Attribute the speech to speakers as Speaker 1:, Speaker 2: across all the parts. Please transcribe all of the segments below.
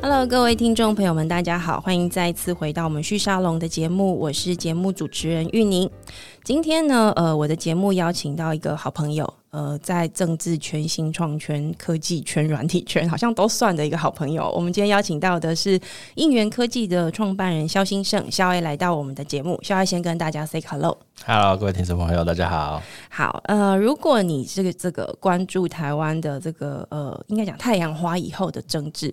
Speaker 1: Hello，各位听众朋友们，大家好，欢迎再一次回到我们旭沙龙的节目，我是节目主持人玉宁。今天呢，呃，我的节目邀请到一个好朋友，呃，在政治圈、新创圈、科技圈、软体圈， 好像都算的一个好朋友。我们今天邀请到的是应援科技的创办人肖兴盛，肖爱来到我们的节目，肖爱先跟大家 say hello。
Speaker 2: Hello，各位听众朋友，大家好。
Speaker 1: 好，呃，如果你这个这个关注台湾的这个呃，应该讲太阳花以后的政治。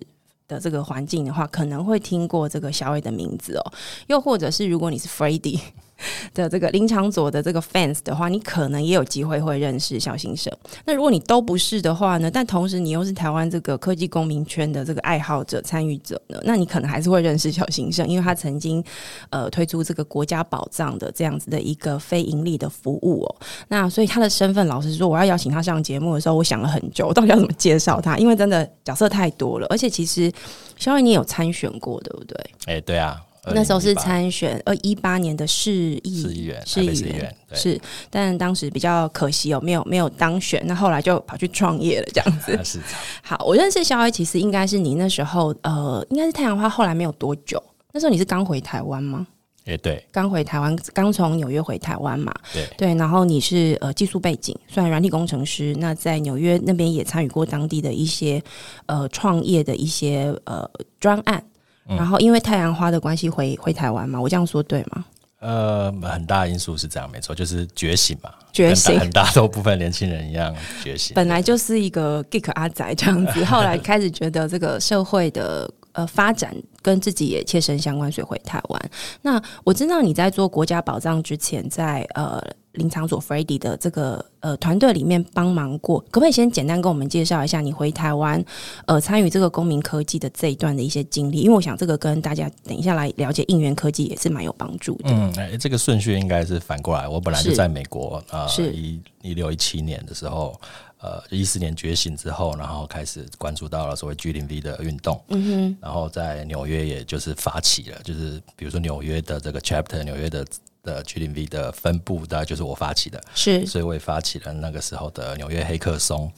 Speaker 1: 的这个环境的话，可能会听过这个小伟的名字哦，又或者是如果你是 Freddy 的这个林长佐的这个 fans 的话，你可能也有机会会认识小新生。那如果你都不是的话呢，但同时你又是台湾这个科技公民圈的这个爱好者、参与者呢，那你可能还是会认识小新生，因为他曾经呃推出这个国家宝藏的这样子的一个非盈利的服务哦。那所以他的身份，老实说，我要邀请他上节目的时候，我想了很久，我到底要怎么介绍他？因为真的角色太多了，而且其实肖伟你有参选过，对不对？
Speaker 2: 哎、对啊，
Speaker 1: 那时候是
Speaker 2: 2018
Speaker 1: 参选二一八年的市议
Speaker 2: 市议员，
Speaker 1: 市
Speaker 2: 台北市
Speaker 1: 议
Speaker 2: 议
Speaker 1: 员
Speaker 2: 员，对，
Speaker 1: 是，但当时比较可惜哦，没有没有当选。那后来就跑去创业了，这样子。
Speaker 2: 那是
Speaker 1: 好，我认识肖爱，其实应该是你那时候，呃，应该是太阳花后来没有多久，那时候你是刚回台湾吗？
Speaker 2: 哎、对
Speaker 1: 刚回台湾，刚从纽约回台湾嘛，
Speaker 2: 对
Speaker 1: 对，然后你是呃技术背景，算软体工程师，那在纽约那边也参与过当地的一些呃创业的一些呃专案，
Speaker 2: 嗯
Speaker 1: 然后因为太阳花的关系回回台湾嘛，我这样说对吗？
Speaker 2: 呃，很大因素是这样，没错，就是觉醒嘛，
Speaker 1: 觉
Speaker 2: 跟大
Speaker 1: 醒
Speaker 2: 很大多部分年轻人一样觉醒。
Speaker 1: 本来就是一个 geek 阿仔这样 子，后来开始觉得这个社会的呃发展跟自己也切身相关，所以回台湾。那我知道你在做国家宝藏之前在，呃林场所 f r e d d y 的这个呃团队里面帮忙过，可不可以先简单跟我们介绍一下你回台湾呃参与这个公民科技的这一段的一些经历？因为我想这个跟大家等一下来了解应援科技也是蛮有帮助的。
Speaker 2: 嗯，哎、这个顺序应该是反过来。我本来就是在美国，呃，
Speaker 1: 是
Speaker 2: 一一六一七年的时候，呃，一四年觉醒之后，然后开始关注到了所谓 G 零 V 的运动，嗯哼，然后在纽约也就是发起了，就是比如说纽约的这个 chapter，纽约的的 G 零 V 的分部，大概就是我发起的，
Speaker 1: 是
Speaker 2: 所以我也发起了那个时候的纽约黑客松，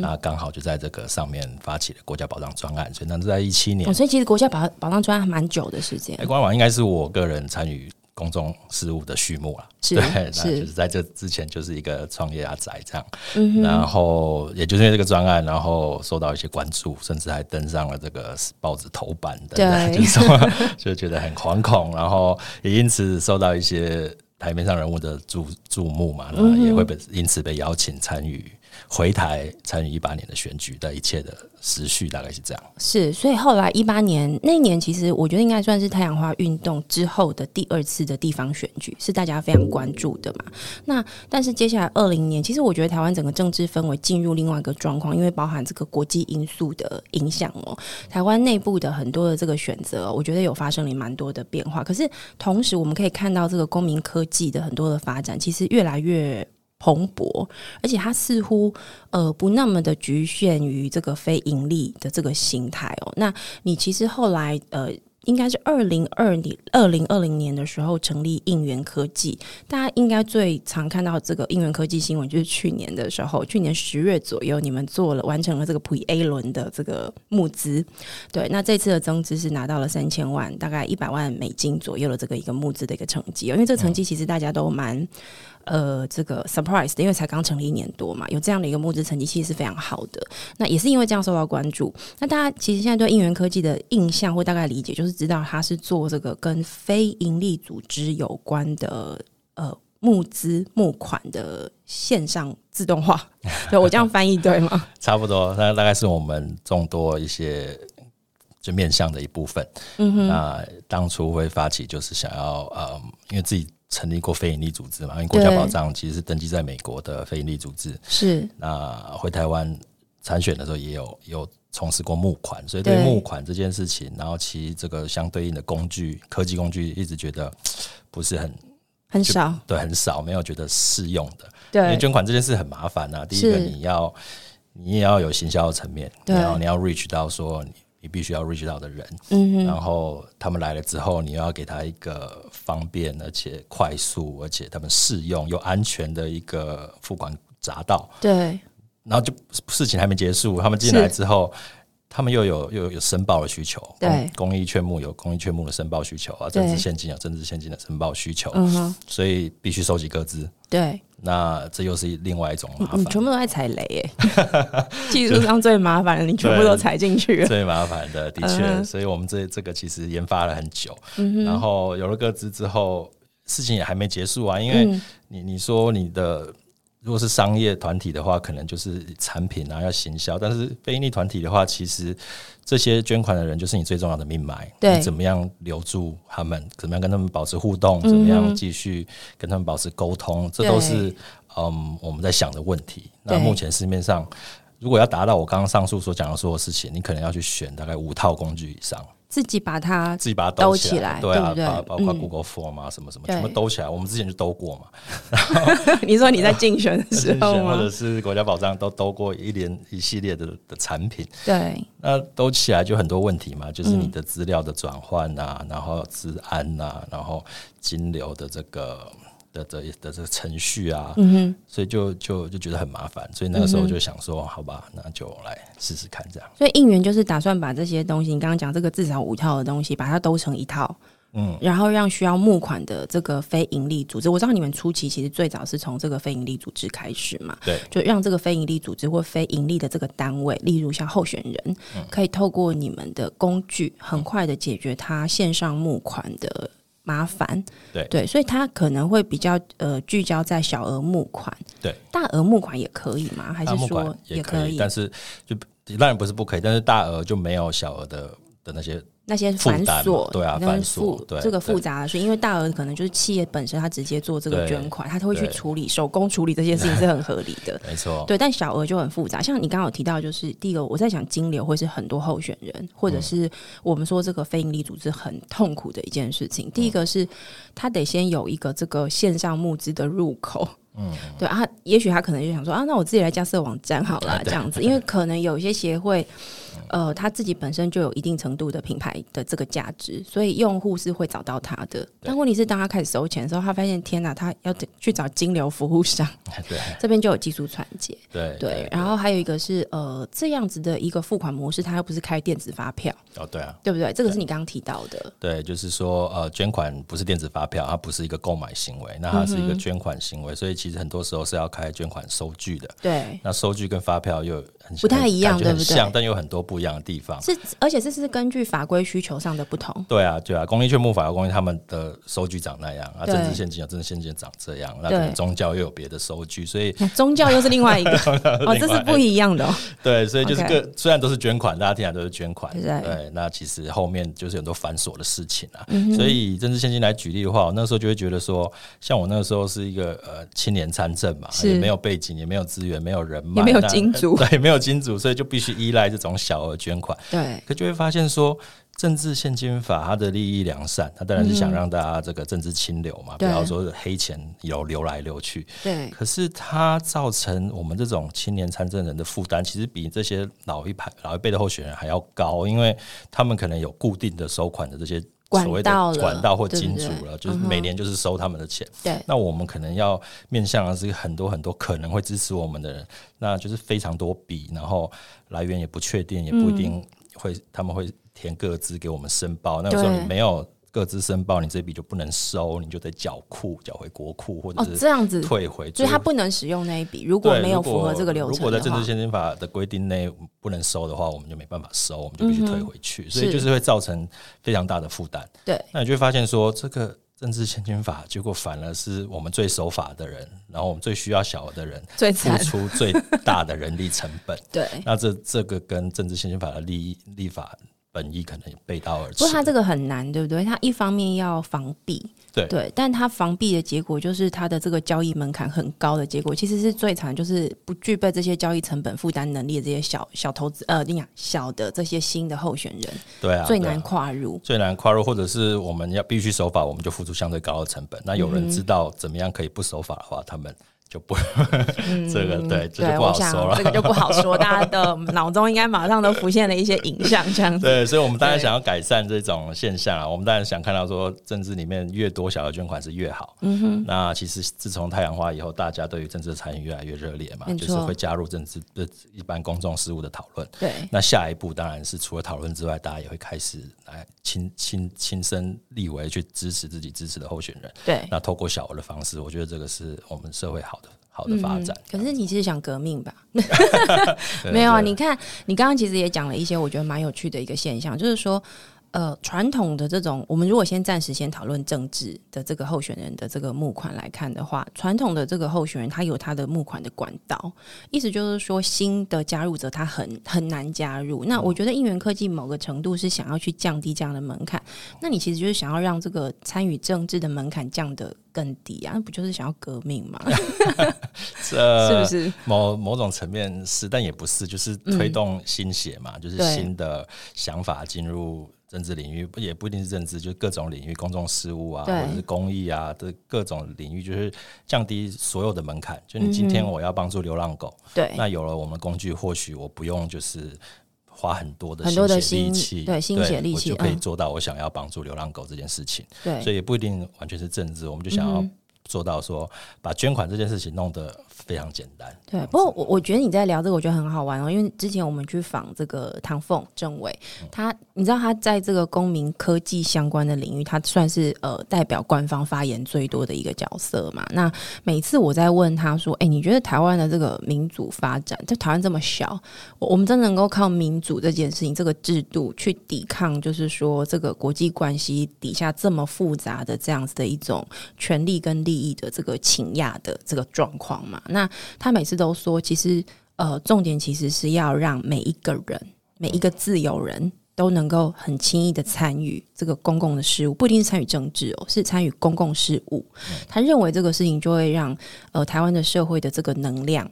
Speaker 2: 那刚好就在这个上面发起了国家宝藏专案，所以那是在一七年
Speaker 1: 哦，，所以其实国家宝宝藏专案还蛮久的时间
Speaker 2: 哎、，官网应该是我个人参与公众事务的序幕啦。
Speaker 1: 是
Speaker 2: 对，那就是
Speaker 1: 是嗯
Speaker 2: 在这之前就是一个创业阿宅这样。然后也就是因为这个专案，然后受到一些关注，甚至还登上了这个报纸头版等等，
Speaker 1: 对
Speaker 2: 就是说就觉得很惶恐，然后也因此受到一些台面上人物的注注目嘛，
Speaker 1: 嗯
Speaker 2: 那也会被因此被邀请参与。回台参与一八年的选举的一切的时序大概是这样。
Speaker 1: 是，所以后来一八年那一年，其实我觉得应该算是太阳花运动之后的第二次的地方选举，是大家非常关注的嘛。那但是接下来二零年，其实我觉得台湾整个政治氛围进入另外一个状况，因为包含这个国际因素的影响哦，台湾内部的很多的这个选择哦、我觉得有发生了蛮多的变化。可是同时，我们可以看到这个公民科技的很多的发展，其实越来越。蓬勃，而且它似乎呃不那么的局限于这个非盈利的这个形态哦。那你其实后来呃。应该是二零二零二零二零年的时候成立应援科技，大家应该最常看到这个应援科技新闻，就是去年的时候，去年十月左右，你们做了完成了这个 Pre A 轮的这个募资，对，那这次的增资是拿到了三千万，大概一百万美金左右的这个一个募资的一个成绩哦，因为这个成绩其实大家都蛮、呃，这个 surprise 的，因为才刚成立一年多嘛，有这样的一个募资成绩其实是非常好的。那也是因为这样受到关注。那大家其实现在对应援科技的印象或大概理解，就是知道它是做这个跟非盈利组织有关的呃募资募款的线上自动化。对我这样翻译对 吗？
Speaker 2: 差不多，那大概是我们众多一些就面向的一部分。嗯哼，那当初会发起就是想要，呃，因为自己成立过非营利组织嘛，因为国家
Speaker 1: 对
Speaker 2: 宝藏其实是登记在美国的非营利组织。
Speaker 1: 是
Speaker 2: 那回台湾参选的时候也有也有从事过募款，所以对
Speaker 1: 对
Speaker 2: 募款这件事情，然后其实这个相对应的工具，科技工具一直觉得不是很
Speaker 1: 很
Speaker 2: 就
Speaker 1: 少，
Speaker 2: 对，很少没有觉得适用的。因为
Speaker 1: 对
Speaker 2: 捐款这件事很麻烦啊。第一个，
Speaker 1: 是
Speaker 2: 你要你也要有行销层面，
Speaker 1: 对
Speaker 2: 然后你要 reach 到说你你必须要 reach 到的人，
Speaker 1: 嗯哼，
Speaker 2: 然后他们来了之后，你又要给他一个方便而且快速，而且他们适用又安全的一个付款闸道，
Speaker 1: 对，
Speaker 2: 然后就事情还没结束，他们进来之后，他们又有又有有申报的需求，
Speaker 1: 对
Speaker 2: 公公益券目有公益券目的申报需求啊，政治
Speaker 1: 对
Speaker 2: 现金有政治现金的申报需求，
Speaker 1: 嗯哼，
Speaker 2: 所以必须收集各自。
Speaker 1: 对，
Speaker 2: 那这又是另外一种麻
Speaker 1: 你
Speaker 2: 烦，
Speaker 1: 全部都在踩雷 耶，技术上最麻烦的，你全部都踩进去了，
Speaker 2: 最麻烦的，的确，
Speaker 1: 嗯
Speaker 2: 所以我们这这个其实研发了很久，
Speaker 1: 嗯
Speaker 2: 然后有了各自之后，事情也还没结束啊，因为
Speaker 1: 嗯
Speaker 2: 你你说你的如果是商业团体的话，可能就是产品啊要行销，但是非营利团体的话，其实这些捐款的人就是你最重要的命脉，
Speaker 1: 对
Speaker 2: 你怎么样留住他们，怎么样跟他们保持互动，怎么
Speaker 1: 嗯
Speaker 2: 样继续跟他们保持沟通，这都是嗯我们在想的问题。那
Speaker 1: 对
Speaker 2: 目前市面上。如果要达到我刚刚上述所讲的所有事情，你可能要去选大概五套工具以上。
Speaker 1: 自己把它
Speaker 2: 自己把它兜
Speaker 1: 兜起来
Speaker 2: 对
Speaker 1: 对
Speaker 2: 啊，
Speaker 1: 不对
Speaker 2: 把包括
Speaker 1: 嗯
Speaker 2: Google Form 啊，什么什么，
Speaker 1: 对
Speaker 2: 全部兜起来。我们之前就兜过嘛，
Speaker 1: 你说你在竞选的时候
Speaker 2: 或者
Speaker 1: 吗？
Speaker 2: 是国家宝藏都兜过一连一系列的的产品。
Speaker 1: 对，
Speaker 2: 那兜起来就很多问题嘛，就是你的资料的转换
Speaker 1: 嗯
Speaker 2: 啊，然后治安啊，然后金流的这个的的的这个程序啊，
Speaker 1: 嗯哼，
Speaker 2: 所以就就就觉得很麻烦。所以那个时候就想说，好吧，那就来试试看这样。
Speaker 1: 所以应援就是打算把这些东西，你刚刚讲这个至少五套的东西，把它兜成一套，
Speaker 2: 嗯，
Speaker 1: 然后让需要募款的这个非营利组织，我知道你们初期其实最早是从这个非营利组织开始嘛，
Speaker 2: 对，
Speaker 1: 就让这个非营利组织或非盈利的这个单位，例如像候选人，
Speaker 2: 嗯
Speaker 1: 可以透过你们的工具，很快的解决他线上募款的麻烦。
Speaker 2: 对
Speaker 1: 所以他可能会比较呃聚焦在小额募款，
Speaker 2: 对，
Speaker 1: 大额募款也可以吗？还
Speaker 2: 大
Speaker 1: 是
Speaker 2: 募款
Speaker 1: 说
Speaker 2: 也
Speaker 1: 可
Speaker 2: 可以，但是就当然不是不可以，但是大额就没有小额的的那些
Speaker 1: 那些
Speaker 2: 负
Speaker 1: 繁
Speaker 2: 担嘛
Speaker 1: 琐，
Speaker 2: 对啊
Speaker 1: 那是
Speaker 2: 繁琐
Speaker 1: 复
Speaker 2: 对
Speaker 1: 这个
Speaker 2: 对
Speaker 1: 复杂的是因为大额可能就是企业本身它直接做这个
Speaker 2: 对
Speaker 1: 捐款，它会去
Speaker 2: 对
Speaker 1: 处理手工处理这些事情是很合理的。
Speaker 2: 没错，
Speaker 1: 对，但小额就很复杂。像你刚刚有提到，就是第一个，我在想金流会是很多候选人，或者是我们说这个非营利组织很痛苦的一件事情。第一个是，他得先有一个这个线上募资的入口。嗯， 对啊，也许他可能就想说啊，那我自己来架设网站好了，这样子，因为可能有一些协会，呃，他自己本身就有一定程度的品牌的这个价值，所以用户是会找到他的。但问题是，当他开始收钱的时候，他发现天哪，他要去找金流服务商，
Speaker 2: 对
Speaker 1: 这边就有技术传接。
Speaker 2: 对
Speaker 1: 对，然后还有一个是呃，这样子的一个付款模式，它又不是开电子发票，
Speaker 2: 哦对啊，
Speaker 1: 对不对？这个是你刚刚提到的，
Speaker 2: 对，就是说呃，捐款不是电子发票，它不是一个购买行为，那它是一
Speaker 1: 嗯
Speaker 2: 个捐款行为，所以其实很多时候是要开捐款收据的。
Speaker 1: 对，
Speaker 2: 那收据跟发票又很
Speaker 1: 不太一样
Speaker 2: 感觉很
Speaker 1: 对不对
Speaker 2: 像，但又有很多不一样的地方。
Speaker 1: 是而且这是根据法规需求上的不同，
Speaker 2: 对啊，对啊，公益券募法有公益，他们的收据长那样啊，
Speaker 1: 对
Speaker 2: 政治现金有政治现金长这样，那可能
Speaker 1: 对
Speaker 2: 宗教又有别的收据，所以
Speaker 1: 那宗教又是另外 一个哦，这是不一样的、哦，
Speaker 2: 对，所以就是
Speaker 1: OK 啊
Speaker 2: 各虽然都是捐款，大家听起来都是捐款，
Speaker 1: 对
Speaker 2: 对，那其实后面就是很多繁琐的事情啊。
Speaker 1: 嗯
Speaker 2: 所以以政治现金来举例的话，我那时候就会觉得说，像我那个时候是一个呃青年参政嘛，
Speaker 1: 嗯是
Speaker 2: 也没有背景，也没有资源，没有人脉，
Speaker 1: 也没有
Speaker 2: 那
Speaker 1: 金主
Speaker 2: 对，没有金主，所以就必须依赖这种小额捐款。
Speaker 1: 对，
Speaker 2: 可就会发现说，政治现金法它的利益良善，它当然是想让大家这个政治清流嘛，
Speaker 1: 嗯
Speaker 2: 不
Speaker 1: 对
Speaker 2: 要说黑钱有流来流去。
Speaker 1: 对，
Speaker 2: 可是它造成我们这种青年参政人的负担，其实比这些老一派、老一辈的候选人还要高，因为他们可能有固定的收款的这些
Speaker 1: 管
Speaker 2: 所谓
Speaker 1: 道
Speaker 2: 的
Speaker 1: 了
Speaker 2: 管道或
Speaker 1: 对不
Speaker 2: 金
Speaker 1: 对嗯
Speaker 2: 主了，就是每年就是收他们的钱。
Speaker 1: 对，
Speaker 2: 那我们可能要面向的是很多很多可能会支持我们的人，那就是非常多笔，然后来源也不确定，也不一
Speaker 1: 嗯
Speaker 2: 定会、他们会填各自给我们申报。那有时候
Speaker 1: 对
Speaker 2: 你没有各自申报，你这笔就不能收，你就得缴库，缴回国库或
Speaker 1: 哦，
Speaker 2: 者
Speaker 1: 这
Speaker 2: 是
Speaker 1: 样子，
Speaker 2: 退回。
Speaker 1: 所以他
Speaker 2: 最后
Speaker 1: 不能使用那一笔，如果
Speaker 2: 对
Speaker 1: 没有
Speaker 2: 如
Speaker 1: 符合
Speaker 2: 果
Speaker 1: 这个流
Speaker 2: 如
Speaker 1: 程
Speaker 2: 果在
Speaker 1: 的
Speaker 2: 政
Speaker 1: 话
Speaker 2: 治，现金法的规定内不能收的话，我们就没办法收，我们就必须
Speaker 1: 嗯哼
Speaker 2: 退回去，所以
Speaker 1: 是
Speaker 2: 就是会造成非常大的负担。
Speaker 1: 对，
Speaker 2: 那你就会发现说，这个政治现金法，结果反而是我们最守法的人，然后我们最需要小的人，
Speaker 1: 最
Speaker 2: 付
Speaker 1: 惨，
Speaker 2: 出最大的人力成 本。
Speaker 1: 对。
Speaker 2: 那这这个跟政治现金法的立立法本意可能也背道而驰
Speaker 1: 不过。它这个很难，对不对？它一方面要防避，
Speaker 2: 对啊
Speaker 1: 对，但它防避的结果就是它的这个交易门槛很高的结果，其实是最惨，就是不具备这些交易成本负担能力的这些小小投资呃，你讲小的这些新的候选人、
Speaker 2: 对啊，
Speaker 1: 最
Speaker 2: 对啊
Speaker 1: 难跨入。
Speaker 2: 最难跨入，或者是我
Speaker 1: 嗯
Speaker 2: 们要必须守法，我们就付出相对高的成本。那有人知道怎么样可以不守法的话，他们就不 这个
Speaker 1: 嗯对
Speaker 2: 对，这就，不
Speaker 1: 我
Speaker 2: 好说
Speaker 1: 想
Speaker 2: 了
Speaker 1: 这。个就不好说，大家的脑中应该马上都浮现了一些影像，这 样子。
Speaker 2: 对，所以，我们当然
Speaker 1: 对
Speaker 2: 想要改善这种现象啊。我们当然想看到说，政治里面越多小额捐款是越好。嗯哼。那其实自从太阳花以后，大家对于政治的参与越来越热烈嘛，
Speaker 1: 没
Speaker 2: 就是
Speaker 1: 错
Speaker 2: 会加入政治的一般公众事务的讨论。
Speaker 1: 对，
Speaker 2: 那下一步当然是除了讨论之外，大家也会开始来亲亲亲身立为去支持自己支持的候选人。
Speaker 1: 对。
Speaker 2: 那透过小额的方式，我觉得这个是我们社会好的好
Speaker 1: 嗯
Speaker 2: 的发展。
Speaker 1: 可是你是想革命吧？
Speaker 2: 对
Speaker 1: 没有啊，
Speaker 2: 对
Speaker 1: 你看，你刚刚其实也讲了一些我觉得蛮有趣的一个现象，就是说，呃，传统的这种，我们如果先暂时先讨论政治的这个候选人的这个募款来看的话，传统的这个候选人他有他的募款的管道，意思就是说，新的加入者他很很难加入。
Speaker 2: 嗯
Speaker 1: 那我觉得应援科技某个程度是想要去降低这样的门槛，那你其实就是想要让这个参与政治的门槛降得更低啊，那不就是想要革命吗？ 是
Speaker 2: 这
Speaker 1: 不是？
Speaker 2: 某某种层面是，但也不是，就是推动新血嘛，就是
Speaker 1: 对
Speaker 2: 新的想法进入政治领域，不也不一定是政治，就是各种领域，公众事务啊，或
Speaker 1: 对
Speaker 2: 者是公益啊的各种领域，就是降低所有的门槛。就你今天我要帮助流浪狗，
Speaker 1: 嗯对，
Speaker 2: 那有了我们的工具，或许我不用就是。花很多的
Speaker 1: 很多的
Speaker 2: 血力
Speaker 1: 心
Speaker 2: 气，
Speaker 1: 对心血力气
Speaker 2: 我就可以
Speaker 1: 嗯
Speaker 2: 做到我想要帮助流浪狗这件事情。
Speaker 1: 对，嗯
Speaker 2: 所以也不一定完全是政治，我们就想要做到说，把捐款这件事情弄得非常简单。
Speaker 1: 对，不过我我觉得你在聊这个，我觉得很好玩哦，因为之前我们去访这个唐凤政委，他你知道他在这个公民科技相关的领域，他算是呃代表官方发言最多的一个角色嘛。那每次我在问他说：“哎、你觉得台湾的这个民主发展，就台湾这么小，我我们真的能够靠民主这件事情、这个制度去抵抗，就是说这个国际关系底下这么复杂的这样子的一种权利跟利益的这个倾轧的这个状况嘛？”那他每次都说，其实呃，重点其实是要让每一个人、每一个自由人都能够很轻易的参与这个公共的事务，不一定是参与政治哦，是参与公共事务。他认为这个事情就会让呃台湾的社会的这个能量。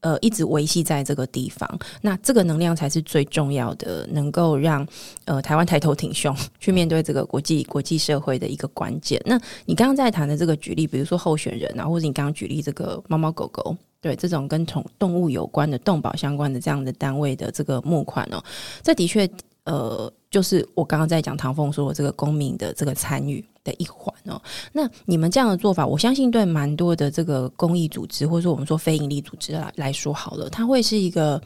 Speaker 1: 呃，一直维系在这个地方，那这个能量才是最重要的，能够让呃台湾抬头挺胸去面对这个国际国际社会的一个关键。那你刚刚在谈的这个举例，比如说候选人啊，或者你刚刚举例这个猫猫狗狗，对这种跟宠动物有关的、动保相关的这样的单位的这个募款哦，这的确呃，就是我刚刚在讲唐凤说的这个公民的这个参与的一环哦。那你们这样的做法，我相信对蛮多的这个公益组织，或者说我们说非营利组织来来说好了，它会是一个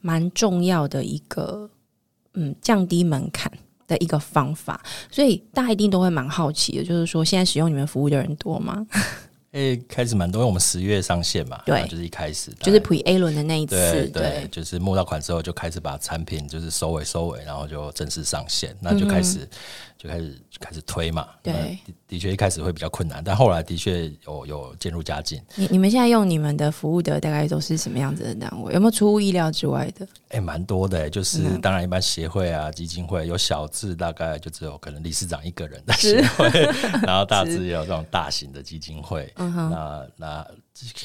Speaker 1: 蛮重要的一个嗯降低门槛。的一个方法，所以大家一定都会蛮好奇的，就是说现在使用你们服务的人多吗？
Speaker 2: 诶、开始蛮多，因为我们十月上线嘛，
Speaker 1: 对
Speaker 2: 然后就是一开始
Speaker 1: 就是
Speaker 2: 大
Speaker 1: Pre A 轮的那一次，
Speaker 2: 概对
Speaker 1: 对
Speaker 2: 对，就是募到款之后就开始把产品就是收尾收尾，然后就正式上线，那就开始、就开始就开始推嘛。
Speaker 1: 嗯对
Speaker 2: 那的的确一开始会比较困难，但后来的确有有渐入佳境，
Speaker 1: 你你们现在用你们的服务的大概都是什么样子的单位？有没有出乎意料之外的？
Speaker 2: 诶、哎蛮多的、欸就是
Speaker 1: 嗯
Speaker 2: 当然一般协会啊、基金会有小至大概就只有可能理事长一个人的协会，然后大致也有这种大型的基金会，
Speaker 1: 嗯哼，
Speaker 2: 那那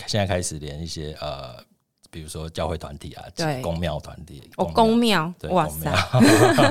Speaker 2: 现在开始连一些呃，比如说教会团体啊
Speaker 1: 对，
Speaker 2: 公庙团体，
Speaker 1: 哦，
Speaker 2: 庙
Speaker 1: 公庙，
Speaker 2: 对
Speaker 1: 哇
Speaker 2: 公
Speaker 1: 塞
Speaker 2: 庙，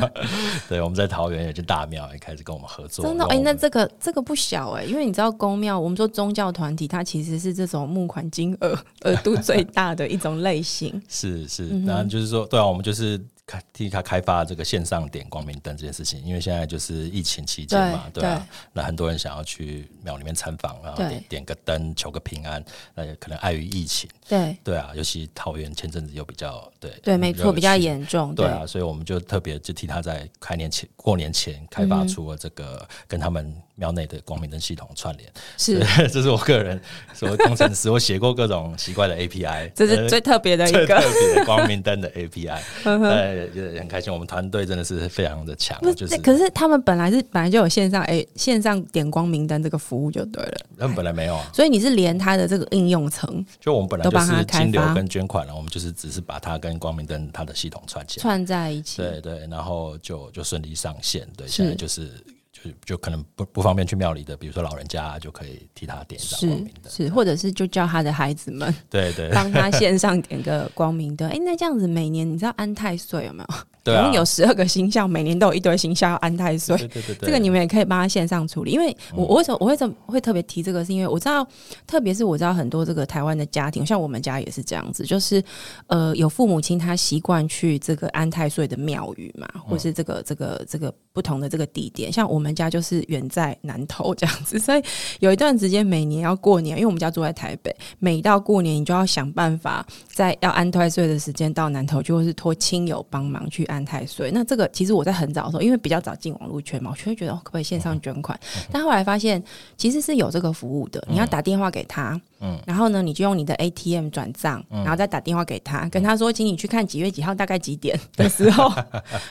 Speaker 2: 对，我们在桃园有一间大庙也开始跟我们合作，
Speaker 1: 真的
Speaker 2: 用
Speaker 1: 哎、
Speaker 2: 我
Speaker 1: 那
Speaker 2: 们
Speaker 1: 这个这个不小哎、因为你知道公庙，我们说宗教团体，它其实是这种募款金额额度最大的一种类型。
Speaker 2: 是是，
Speaker 1: 嗯
Speaker 2: 然后就是说，对啊，我们就是开替他开发这个线上点光明灯这件事情，因为现在就是疫情期间嘛，
Speaker 1: 对
Speaker 2: 对啊，那很多人想要去庙里面参访，然后
Speaker 1: 对
Speaker 2: 点点个灯求个平安，那也可能碍于疫情，
Speaker 1: 对
Speaker 2: 对啊，尤其桃园前阵子又比较对
Speaker 1: 对，没错，比较
Speaker 2: 热区
Speaker 1: 严重。
Speaker 2: 对啊，所以我们就特别就替他在开年前、过年前开
Speaker 1: 嗯
Speaker 2: 发出了这个跟他们庙内的光明灯系统串联。
Speaker 1: 是，
Speaker 2: 这是我个人所谓工程师，我写过各种奇怪的 API，
Speaker 1: 这是最特别的
Speaker 2: 呃
Speaker 1: 一
Speaker 2: 最特
Speaker 1: 个。嗯
Speaker 2: 别的光明灯的 API。呃， 也很开心，我们团队真的是非常的强
Speaker 1: 不，，
Speaker 2: 就是是
Speaker 1: 可是他们本来是本来就有线上哎、线上点光明灯这个服务就对了，
Speaker 2: 他们本来 没有啊，
Speaker 1: 所以你是连它的这个应用层
Speaker 2: 就我们本来
Speaker 1: 都
Speaker 2: 就
Speaker 1: 帮他
Speaker 2: 是
Speaker 1: 开
Speaker 2: 金流
Speaker 1: 发
Speaker 2: 跟捐款啊了，我们就是只是把它跟光明灯它的系统串起来。
Speaker 1: 串在一起。
Speaker 2: 对对，然后就就顺利上线。对，
Speaker 1: 是
Speaker 2: 现在就是就就可能不不方便去庙里的，比如说老人家就可以替他点一盏光
Speaker 1: 是
Speaker 2: 明灯。
Speaker 1: 是，或者是就叫他的孩子 们
Speaker 2: 对对
Speaker 1: 帮他线上点个光明灯。哎、那这样子每年你知道安太岁有没有？
Speaker 2: 对
Speaker 1: 然
Speaker 2: 啊
Speaker 1: 后，有十二个星象，每年都有一堆星象要安太岁。
Speaker 2: 对对对对，
Speaker 1: 这个你们也可以帮他线上处理，因为我我为什么我为什么会特别提这个，是因为我知道，特别是我知道很多这个台湾的家庭，像我们家也是这样子，就是呃有父母亲他习惯去这个安太岁的庙宇嘛，或是这个这个这个不同的这个地点，像我们家就是远在南投这样子，所以有一段时间每年要过年，因为我们家住在台北，每到过年你就要想办法在要安太岁的时间到南头，就是托亲友帮忙去安太岁。那这个其实我在很早的时候，因为比较早进网络圈嘛，我就会觉得、哦、可不可以线上捐款？但后来发现其实是有这个服务的，
Speaker 2: 嗯
Speaker 1: 你要打电话给他，嗯，然后呢你就用你的 ATM 转账，
Speaker 2: 嗯
Speaker 1: 然后再打电话给他，跟他说，请你去看几月几号大概几 点的时候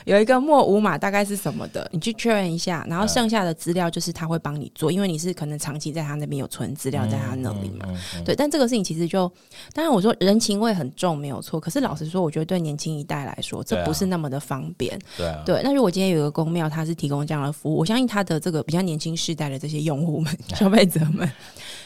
Speaker 1: 有一个末五码大概是什么的，你去确认一
Speaker 2: 嗯
Speaker 1: 下，然后剩下的资料就是他会帮你做，因为你是可能长期在他那边有存资料在他那里
Speaker 2: 嗯
Speaker 1: 嘛，对。但这个事情其实就，当然我说人情味很重没有错，可是老实说，我觉得对年轻一代来说，
Speaker 2: 对
Speaker 1: 这
Speaker 2: 啊
Speaker 1: 不是那么的方便。
Speaker 2: 对啊，
Speaker 1: 对，那如果今天有一个公庙，它是提供这样的服务，我相信它的这个比较年轻世代的这些用户们、 消费者们，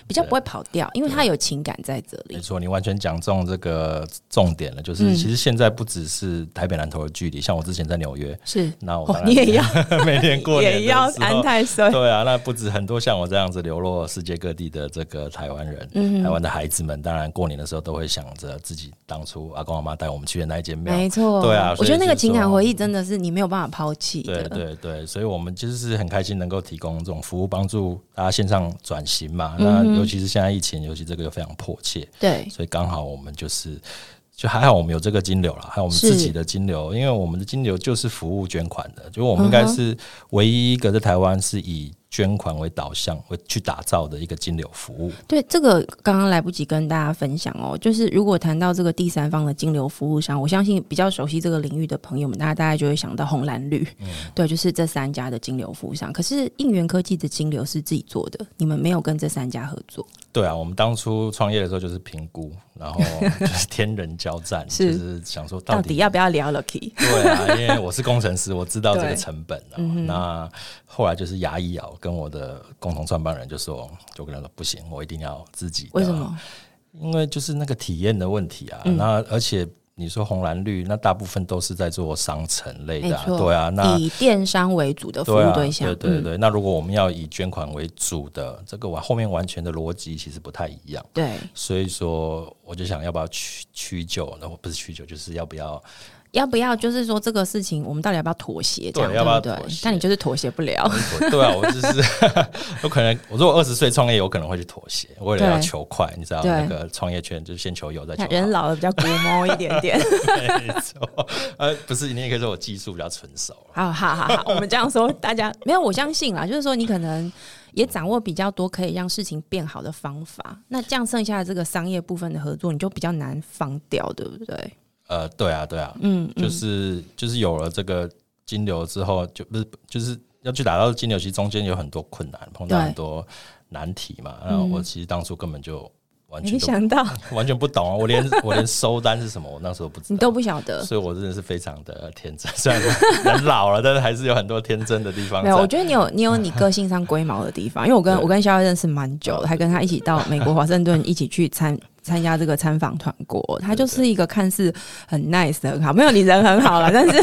Speaker 1: 比较不会跑掉，因为它有情感在这
Speaker 2: 没
Speaker 1: 里。
Speaker 2: 错，你完全讲中这个重点了，就是
Speaker 1: 嗯
Speaker 2: 其实现在不只是台北南头的距离，像我之前在纽约，
Speaker 1: 是，
Speaker 2: 那我
Speaker 1: 哦
Speaker 2: 当，然
Speaker 1: 你也要
Speaker 2: 每年过年 的
Speaker 1: 也要
Speaker 2: 时候
Speaker 1: 安太岁，
Speaker 2: 对啊，那不止很多像我这样子流落世界各地的这个台湾人，
Speaker 1: 嗯
Speaker 2: 台湾的孩子们，当然过年的时候都会想着自己当初阿公阿妈带我们去的那一间庙。
Speaker 1: 没错，
Speaker 2: 对啊
Speaker 1: 我
Speaker 2: 所以
Speaker 1: 觉得那个
Speaker 2: 就是
Speaker 1: 情感
Speaker 2: 说
Speaker 1: 回忆真的是你没有办法抛弃的。
Speaker 2: 对对对，所以我们就是很开心能够提供这种服务，帮助大家线上转型嘛。
Speaker 1: 嗯
Speaker 2: 那尤其是现在疫情，尤其这个又非常迫切，
Speaker 1: 对
Speaker 2: 所以刚好我们就是。就还好，我们有这个金流了，还有我们
Speaker 1: 是
Speaker 2: 自己的金流，因为我们的金流就是服务捐款的，就我们应该是唯一一个在台湾是以捐款为导向，会去打造的一个金流服务。
Speaker 1: 对，这个刚刚来不及跟大家分享哦。就是如果谈到这个第三方的金流服务商，我相信比较熟悉这个领域的朋友们，大家大概就会想到红蓝绿，
Speaker 2: 嗯
Speaker 1: 对，就是这三家的金流服务商。可是应援科技的金流是自己做的，你们没有跟这三家合作。
Speaker 2: 对啊，我们当初创业的时候就是评估，然后就是天人交战，
Speaker 1: 是
Speaker 2: 就是想说
Speaker 1: 到
Speaker 2: 到
Speaker 1: 底
Speaker 2: 底
Speaker 1: 要不要聊 Lucky？
Speaker 2: 对啊，因为我是工程师，我知道这
Speaker 1: 对
Speaker 2: 个成本啊。
Speaker 1: 嗯
Speaker 2: 那后来就是牙医咬跟我的共同创办人就说，就跟他说不行，我一定要自己。
Speaker 1: 为什？么？
Speaker 2: 因为就是那个体验的问题啊。
Speaker 1: 嗯
Speaker 2: 那而且你说红蓝绿，那大部分都是在做商城类的、啊，
Speaker 1: 没错
Speaker 2: 对啊。那
Speaker 1: 以电商为主的服
Speaker 2: 对
Speaker 1: 务
Speaker 2: 啊，
Speaker 1: 对象，
Speaker 2: 对对
Speaker 1: 嗯
Speaker 2: 对。那如果我们要以捐款为主的，这个完啊后面完全的逻辑其实不太一样。
Speaker 1: 对，
Speaker 2: 所以说，我就想要不要屈屈就，那我不是屈就，就是要不 要
Speaker 1: 要不要就是说这个事情，我们到底要不要妥协？这
Speaker 2: 对
Speaker 1: 样
Speaker 2: 要不要
Speaker 1: 对不
Speaker 2: 妥
Speaker 1: 对
Speaker 2: 协？
Speaker 1: 但你就是妥协不了。
Speaker 2: 我对啊，我就是 有可能，我如果二十岁创业，有可能会去妥协，为了要
Speaker 1: 对
Speaker 2: 求快，你知道
Speaker 1: 对
Speaker 2: 那个创业圈就是先求有再求
Speaker 1: 看
Speaker 2: 好
Speaker 1: 人老了比较古猫一点点。
Speaker 2: 没错，呃，不是，你也可以说我技术比较纯熟了。
Speaker 1: 好好好好，我们这样说，大家没有我相信啦，就是说你可能也掌握比较多可以让事情变好的方法，那这样剩下的这个商业部分的合作，你就比较难放掉，对不对？
Speaker 2: 呃，对啊，对啊，
Speaker 1: 嗯，嗯
Speaker 2: 就是就是有了这个金流之后，就不是就是要去打造金流，其实中间有很多困难，碰到
Speaker 1: 对
Speaker 2: 很多难题嘛。然后我其实当初根本就完全
Speaker 1: 没哎
Speaker 2: 都
Speaker 1: 想到
Speaker 2: 完全不 懂啊，我连我连收单是什么，我那时候不知
Speaker 1: 你
Speaker 2: 道。
Speaker 1: 都不晓得。
Speaker 2: 所以我真的是非常的天真，虽然说人老了，但是还是有很多天真的地方
Speaker 1: 没有，我
Speaker 2: 在。
Speaker 1: 觉得你有你有你个性上龟毛的地方，因为我跟
Speaker 2: 对
Speaker 1: 我跟肖认识蛮久的，还跟他一起到美国华盛顿一起去参 参加这个参访团过。他就是一个看似很 nice 的很好，没有你人很好 了，但是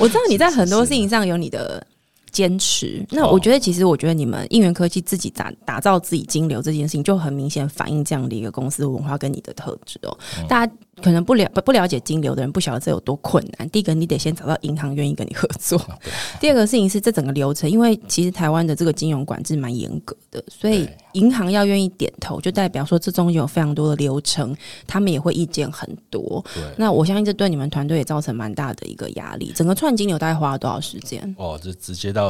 Speaker 1: 我知道你在很多事情上有你的。坚持，那
Speaker 2: 哦
Speaker 1: 我觉得其实，我觉得你们应援科技自己打打造自己金流这件事情，就很明显反映这样的一个公司文化跟你的特质哦。大家可能不了不不了解金流的人，不晓得这有多困难。第一个，你得先找到银行愿意跟你合作，
Speaker 2: 啊
Speaker 1: 第二个事情是这整个流程，因为其实台湾的这个金融管制蛮严格的，所以
Speaker 2: 对
Speaker 1: 银行要愿意点头，就代表说这中间有非常多的流程，他们也会意见很多。
Speaker 2: 对，
Speaker 1: 那我相信这对你们团队也造成蛮大的一个压力。整个串金流大概花了多少时间？
Speaker 2: 哦，就直接到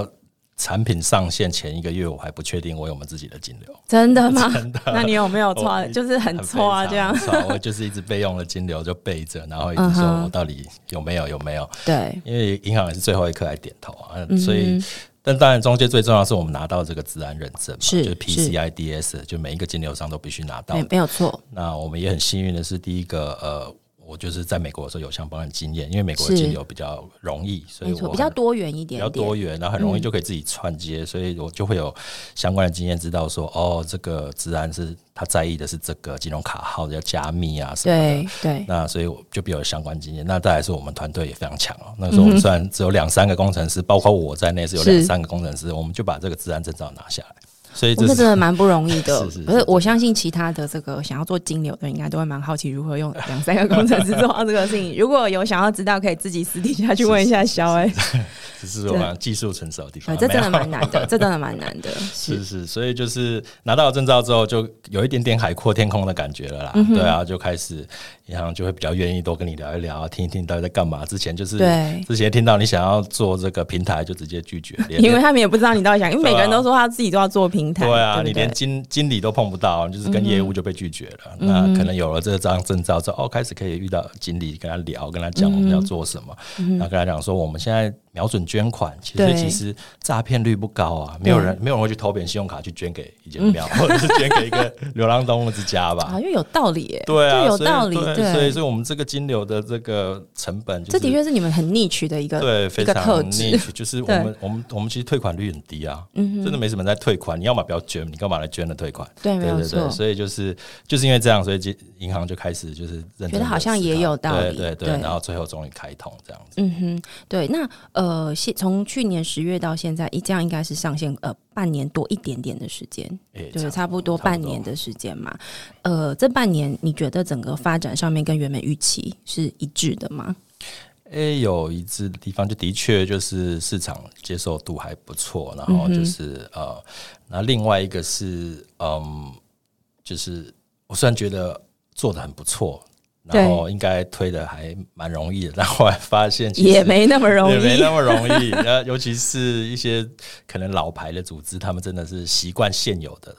Speaker 2: 产品上线前一个月，我还不确定我有没有自己的金流，
Speaker 1: 真的 吗？那你有没有错？
Speaker 2: 哦
Speaker 1: 就是很
Speaker 2: 很
Speaker 1: 错啊，
Speaker 2: 非
Speaker 1: 这样
Speaker 2: 常错我就是一直备用的金流就备着，然后一直
Speaker 1: 嗯
Speaker 2: 说
Speaker 1: 哼
Speaker 2: 我到底有没有有没有，
Speaker 1: 对，
Speaker 2: 因为银行也是最后一刻来点头啊，
Speaker 1: 嗯
Speaker 2: 所以。但当然，中间最重要的是我们拿到这个治安认证嘛，
Speaker 1: 是哎
Speaker 2: 就是
Speaker 1: 是
Speaker 2: PCIDS，就每一个金流商都必须拿到
Speaker 1: 没没有错，
Speaker 2: 那我们也很幸运的是，第一个呃，我就是在美国的时候有相关的经验，因为美国的
Speaker 1: 是
Speaker 2: 金流比较容易，所以
Speaker 1: 没
Speaker 2: 我
Speaker 1: 错，
Speaker 2: 很
Speaker 1: 比较多元一
Speaker 2: 比
Speaker 1: 点嗯
Speaker 2: 较
Speaker 1: 点，
Speaker 2: 多元，然后很容易就可以自己串接，所以我就会有相关的经验，知道说哦，这个治安是他在意的是这个金融卡号要加密啊什么的。
Speaker 1: 对对，
Speaker 2: 那所以我就比较有相关经验。那再来是我们团队也非常强哦。那个时候我们虽然只有两三个工程师，包括我在内是有
Speaker 1: 是
Speaker 2: 两三个工程师，我们就把这个治安证照拿下来。所以
Speaker 1: 我这
Speaker 2: 这
Speaker 1: 哦真
Speaker 2: 是
Speaker 1: 的蛮不容易的，
Speaker 2: 是是是
Speaker 1: 不是？我相信其他的这个想要做金流的人，应该都会蛮好奇如何用两三个工程师做到这个事情。如果有想要知道，可以自己私底下去问一下肖哎、
Speaker 2: 只是我们技术成熟的地
Speaker 1: 呃
Speaker 2: 方，
Speaker 1: 这真的
Speaker 2: 没有
Speaker 1: 蛮难 的，这真的蛮难的，
Speaker 2: 是是，所以就是拿到证照之后，就有一点点海阔天空的感觉了
Speaker 1: 嗯
Speaker 2: 啦。对啊，就开始银行就会比较愿意多跟你聊一聊，啊听一听到底在干嘛。之前就是
Speaker 1: 对
Speaker 2: 之前听到你想要做这个平台，就直接拒绝，连
Speaker 1: 因为他们也不知道你到底想，因为每个人
Speaker 2: 对啊
Speaker 1: 都说他自己都要做平台，
Speaker 2: 对啊，
Speaker 1: 不嗯
Speaker 2: 你连经经理都碰不到，你就是跟业务就被拒绝了。那可能有了这张证照之后，哦，开始可以遇到经理，跟他聊，跟他讲
Speaker 1: 嗯
Speaker 2: 我们要做什么，然后跟他讲说我们现在瞄准捐款，其
Speaker 1: 对
Speaker 2: 实其实诈骗率不高啊，没有人没有人会去偷别人信用卡去捐给 一间庙，或者是捐给一个流浪动物之家吧
Speaker 1: 啊，。因为有道理、耶，
Speaker 2: 对啊，
Speaker 1: 这有
Speaker 2: 所以
Speaker 1: 道理，
Speaker 2: 对
Speaker 1: 对，
Speaker 2: 所以所以我们这个金流的这个成本，
Speaker 1: 这的确是你们很 niche 的一个
Speaker 2: 对，
Speaker 1: 一
Speaker 2: 非
Speaker 1: 个特
Speaker 2: 常
Speaker 1: 质
Speaker 2: niche，就是我们我们我们其实退款率很低啊，
Speaker 1: 嗯
Speaker 2: 真的没什么人在退款。你要么不要捐，你干嘛来捐了退款？
Speaker 1: 对没
Speaker 2: 对
Speaker 1: 有
Speaker 2: 对
Speaker 1: 错
Speaker 2: 对，所以就是就是因为这样，所以金银行就开始就是认真
Speaker 1: 觉得
Speaker 2: 地
Speaker 1: 好像
Speaker 2: 思
Speaker 1: 也
Speaker 2: 考
Speaker 1: 有道理
Speaker 2: 对对
Speaker 1: 对
Speaker 2: 对，然后最后终于开通这样子。
Speaker 1: 嗯哼，对，那呃，现从去年十月到现在，一这样应该是上线呃半年多一点点的时间，
Speaker 2: 诶
Speaker 1: 就是差不多半年。的时间嘛。呃，这半年你觉得整个发展上面跟原本预期是一致的吗？
Speaker 2: 诶，有一致的地方，就的确就是市场接受度还不错，然
Speaker 1: 嗯
Speaker 2: 后就是、呃，那另外一个是嗯，就是我虽然觉得做的很不错，
Speaker 1: 对
Speaker 2: 然后应该推的还蛮容易的，但后来发现其实
Speaker 1: 也没那么容
Speaker 2: 也没
Speaker 1: 易，
Speaker 2: 那么容易。呃，尤其是一些可能老牌的组织，他们真的是习惯现有的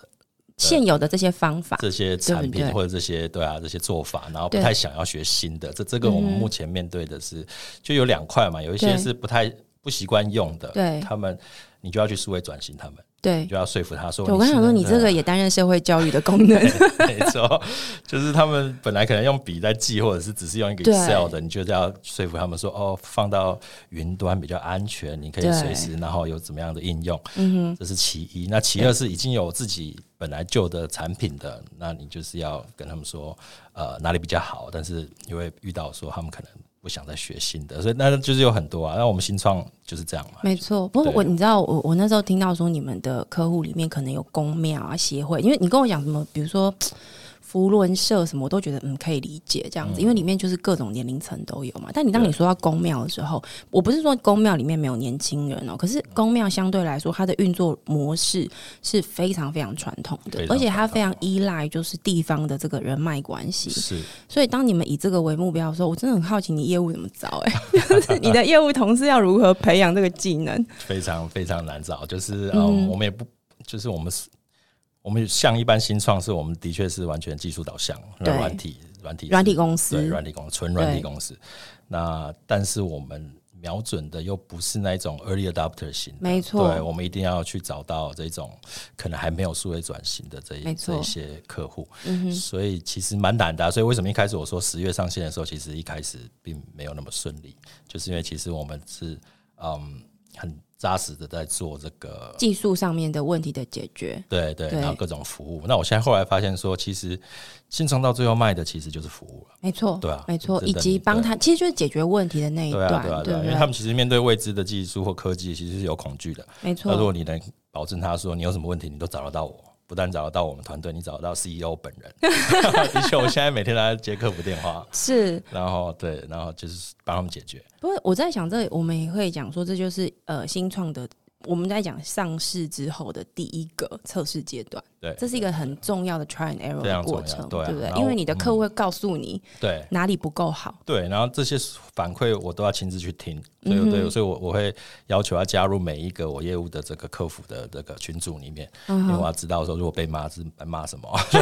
Speaker 1: 现有的这些方法，
Speaker 2: 这些
Speaker 1: 对
Speaker 2: 产
Speaker 1: 不
Speaker 2: 品
Speaker 1: 对嗯
Speaker 2: 或者这些对啊这些做法，然后不
Speaker 1: 对
Speaker 2: 太想要学新的。这这个我们
Speaker 1: 嗯
Speaker 2: 目前面对的是、就有两块嘛，有一些
Speaker 1: 对
Speaker 2: 是不太不习惯用的，
Speaker 1: 对
Speaker 2: 他们你就要去数位转型，他们
Speaker 1: 对
Speaker 2: 你。就要说服他说，
Speaker 1: 对我刚
Speaker 2: 是
Speaker 1: 想说，你
Speaker 2: 那
Speaker 1: 这个也担任社会教育的功 能，
Speaker 2: 没错，就是他们本来可能用笔在记，或者是只是用一个
Speaker 1: 对
Speaker 2: Excel 的，你就是要说服他们说，哦，放到云端比较安全，你可以
Speaker 1: 对
Speaker 2: 随时，然后有怎么样的应用，嗯这是其一。那其二是已经有自己本来旧的产品的，那你就是要跟他们说，呃，哪里比较好，但是你会遇到说他们可能不想再学新的，所以那就是有很多啊。那我们新创啊就是这样嘛，
Speaker 1: 没错。不过
Speaker 2: 对
Speaker 1: 我你知道，我我那时候听到说你们的客户里面可能有公庙啊、协会，因为你跟我讲什么，比如说。福伦社什么，我都觉得嗯可以理解这样子，因
Speaker 2: 嗯
Speaker 1: 为里面就是各种年龄层都有嘛。但你当你说到公庙的时候，我不是说公庙里面没有年轻人哦，可
Speaker 2: 嗯
Speaker 1: 是公庙相对来说它的运作模式是非常非常传统的
Speaker 2: 非，常
Speaker 1: 而且它非常依赖就是地方的这个人脉关系。
Speaker 2: 是
Speaker 1: 所以，当你们以这个为目标的时候，我真的很好奇你业务怎么找、哎，就是 你的业务同事要如何培养这个技能？
Speaker 2: 非常非常难找，就是
Speaker 1: 嗯
Speaker 2: 呃我们也不就是我们是，我们像一般新创是我们的确是完全技术导向，
Speaker 1: 对
Speaker 2: 那软体软体是
Speaker 1: 软体公司
Speaker 2: 对软体公纯软体
Speaker 1: 对
Speaker 2: 公司。那但是我们瞄准的又不是那一种 early adopter 型的，
Speaker 1: 没错
Speaker 2: 对我们一定要去找到这种可能还没有数位转型的这
Speaker 1: 没
Speaker 2: 一
Speaker 1: 错
Speaker 2: 这一些客户，
Speaker 1: 嗯
Speaker 2: 所以其实蛮难的啊、所以为什么一开始我说十月上线的时候，其实一开始并没有那么顺利，就是因为其实我们是嗯很扎实的在做这个
Speaker 1: 技术上面的问题的解决，
Speaker 2: 对对，
Speaker 1: 对
Speaker 2: 然后各种服务。那我现在后来发现说，其实新创到最后卖的其实就是服务了。
Speaker 1: 没错，
Speaker 2: 对啊
Speaker 1: 没错，
Speaker 2: 这
Speaker 1: 以及
Speaker 2: 等
Speaker 1: 帮他，其实就是解决问题的那一
Speaker 2: 对
Speaker 1: 段，
Speaker 2: 啊，对啊，对啊，
Speaker 1: 不
Speaker 2: 因为他们其实面对未知的技术或科技，其实是有恐惧的。
Speaker 1: 没
Speaker 2: 那如
Speaker 1: 错，
Speaker 2: 果你能保证他说你有什么问题，你都找得到我，不但找得到我们 团队，你找得到 CEO 本人。 的确，我现在每天都在接客服电话，
Speaker 1: 是。
Speaker 2: 然后对，然后就是帮他们解决。
Speaker 1: 不过我在想，这我们也会讲说，这就是呃新创的。我们在讲上市之后的第一个测试阶段，
Speaker 2: 对，
Speaker 1: 这是一个很重要的 try and error
Speaker 2: 非
Speaker 1: 的
Speaker 2: 常重要
Speaker 1: 过程，
Speaker 2: 对啊
Speaker 1: 不
Speaker 2: 然
Speaker 1: 对？
Speaker 2: 后
Speaker 1: 因为你的客户会告诉你
Speaker 2: 对
Speaker 1: 哪里不够好，
Speaker 2: 对，然后这些反馈我都要亲自去听，所
Speaker 1: 嗯
Speaker 2: 以我对，所以我我会要求要加入每一个我业务的这个客服的这个群组里面，
Speaker 1: 嗯
Speaker 2: 因为我要知道说如果被骂是骂什么，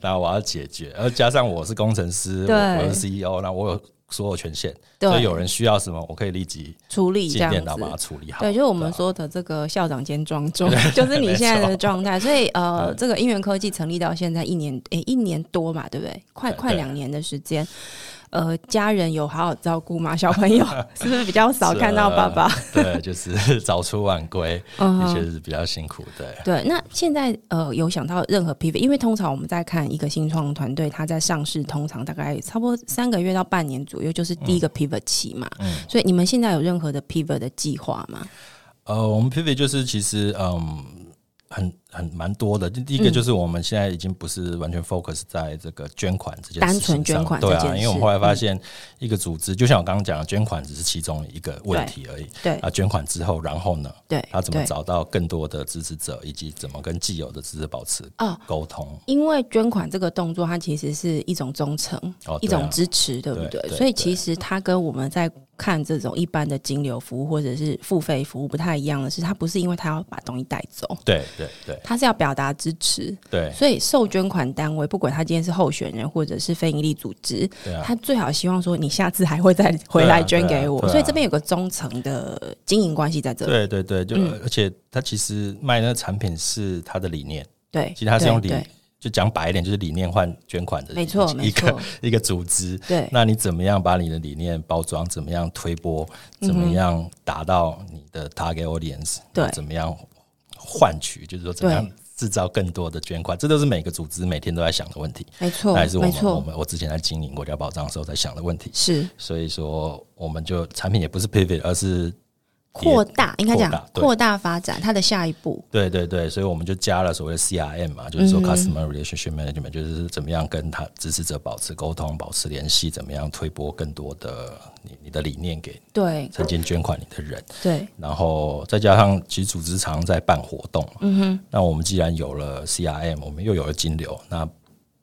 Speaker 2: 然后我要解决，而加上我是工程师，我
Speaker 1: 对
Speaker 2: 我是 CEO，那我有所有权限，
Speaker 1: 对
Speaker 2: 所以有人需要什么，我可以立即
Speaker 1: 处理这
Speaker 2: 进
Speaker 1: 样
Speaker 2: 电脑把
Speaker 1: 子
Speaker 2: 它。处理好。
Speaker 1: 对，就是我们
Speaker 2: 啊
Speaker 1: 说的这个校长兼庄重， 就是你现在的状态。所以
Speaker 2: 嗯
Speaker 1: 呃，这个因缘科技成立到现在一年，诶、一年多嘛，对不对？快
Speaker 2: 对
Speaker 1: 快
Speaker 2: 对
Speaker 1: 两年的时间。呃家人有好好照顾吗？小朋 友是不是比较少看到爸爸？
Speaker 2: 这对，就是 早出晚归，
Speaker 1: 嗯
Speaker 2: 的确是比较辛苦。对，
Speaker 1: 对，那现在呃有想到任何 PV，因为通常我们在看一个新创团队，它在上市通常大概差不多三个月到半年左右，就是
Speaker 2: 嗯
Speaker 1: 第一个 pivot 期嘛。所以你们现在有任何的 pivot 的计划吗？
Speaker 2: 呃，我们 pivot 就是其实嗯。很很蛮多的，第一
Speaker 1: 嗯
Speaker 2: 个就是我们现在已经不是完全 focus 在这个捐款这件事情上
Speaker 1: 单纯捐款
Speaker 2: 对
Speaker 1: 这件
Speaker 2: 啊，
Speaker 1: 事嗯
Speaker 2: 因为我们后来发现，一个组织、就像我刚刚讲的，捐款只是其中一个问题而已。
Speaker 1: 对
Speaker 2: 啊，捐款之后，然后呢，
Speaker 1: 对，
Speaker 2: 他怎么
Speaker 1: 对
Speaker 2: 找到更多的支持者，以及怎么跟既有的支持者保持
Speaker 1: 哦
Speaker 2: 沟通？
Speaker 1: 因为捐款这个动作，它其实是一种忠诚、
Speaker 2: 哦
Speaker 1: 一
Speaker 2: 对啊
Speaker 1: 种支持，对不对？
Speaker 2: 对对
Speaker 1: 所以其实它跟我们在看这种一般的金流服务或者是付费服务不太一样的是，它不是因为它要把东西带走，
Speaker 2: 对对对
Speaker 1: 它是要表达支持。
Speaker 2: 对
Speaker 1: 所以受捐款单位，不管他今天是候选人或者是非营利组织，
Speaker 2: 对啊！
Speaker 1: 他最好希望说你下次还会再回来捐给我。
Speaker 2: 对啊对啊对啊
Speaker 1: 所以这边有个忠诚的经营关系在这里。
Speaker 2: 对对对，就、而且他其实卖那个产品是他的理念，
Speaker 1: 对，
Speaker 2: 其实他是用理
Speaker 1: 对，
Speaker 2: 就讲白一点，就是理念换捐款的一，
Speaker 1: 没错
Speaker 2: 一
Speaker 1: 没
Speaker 2: 个
Speaker 1: 错，
Speaker 2: 一个组织。
Speaker 1: 对
Speaker 2: 那你怎么样把你的理念包装？怎么样推波？怎么样达到你的 target audience？
Speaker 1: 对
Speaker 2: 那怎么样换取？就是说怎么样
Speaker 1: 对
Speaker 2: 制造更多的捐款？这都是每个组织每天都在想的问题。
Speaker 1: 没错
Speaker 2: 那也是，我
Speaker 1: 没
Speaker 2: 们我
Speaker 1: 错，
Speaker 2: 们我之前在经营国家宝藏的时候在想的问题。
Speaker 1: 是。
Speaker 2: 所以说，我们就产品也不是 pivot，而是
Speaker 1: 扩大，应该讲
Speaker 2: 扩大对
Speaker 1: 扩大发展，它的下一步
Speaker 2: 对对对，所以我们就加了所谓的 CRM 嘛，就是说
Speaker 1: 嗯
Speaker 2: customer relationship management，、就是怎么样跟他支持者保持沟通、保持联系，怎么样推播更多的你你的理念给
Speaker 1: 对
Speaker 2: 曾经捐款你的人。
Speaker 1: 对
Speaker 2: 然后再加上，其实组织常在办活动嘛，嗯哼，那我们既然有了 CRM，我们又有了金流，那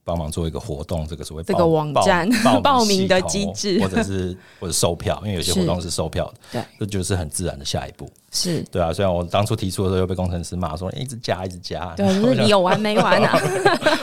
Speaker 2: 帮忙做一个活动，这个所谓
Speaker 1: 这个
Speaker 2: 报
Speaker 1: 网站
Speaker 2: 报
Speaker 1: 报
Speaker 2: 名系
Speaker 1: 名的
Speaker 2: 统
Speaker 1: 机制
Speaker 2: 或者是或者售票，因为有些
Speaker 1: 是
Speaker 2: 活动是售票的，
Speaker 1: 对，
Speaker 2: 这就是很自然的下一步，
Speaker 1: 是，
Speaker 2: 对啊。虽然我当初提出的时候又被工程师骂说、欸一直加一直加，
Speaker 1: 对，啊 就是你有完没完啊？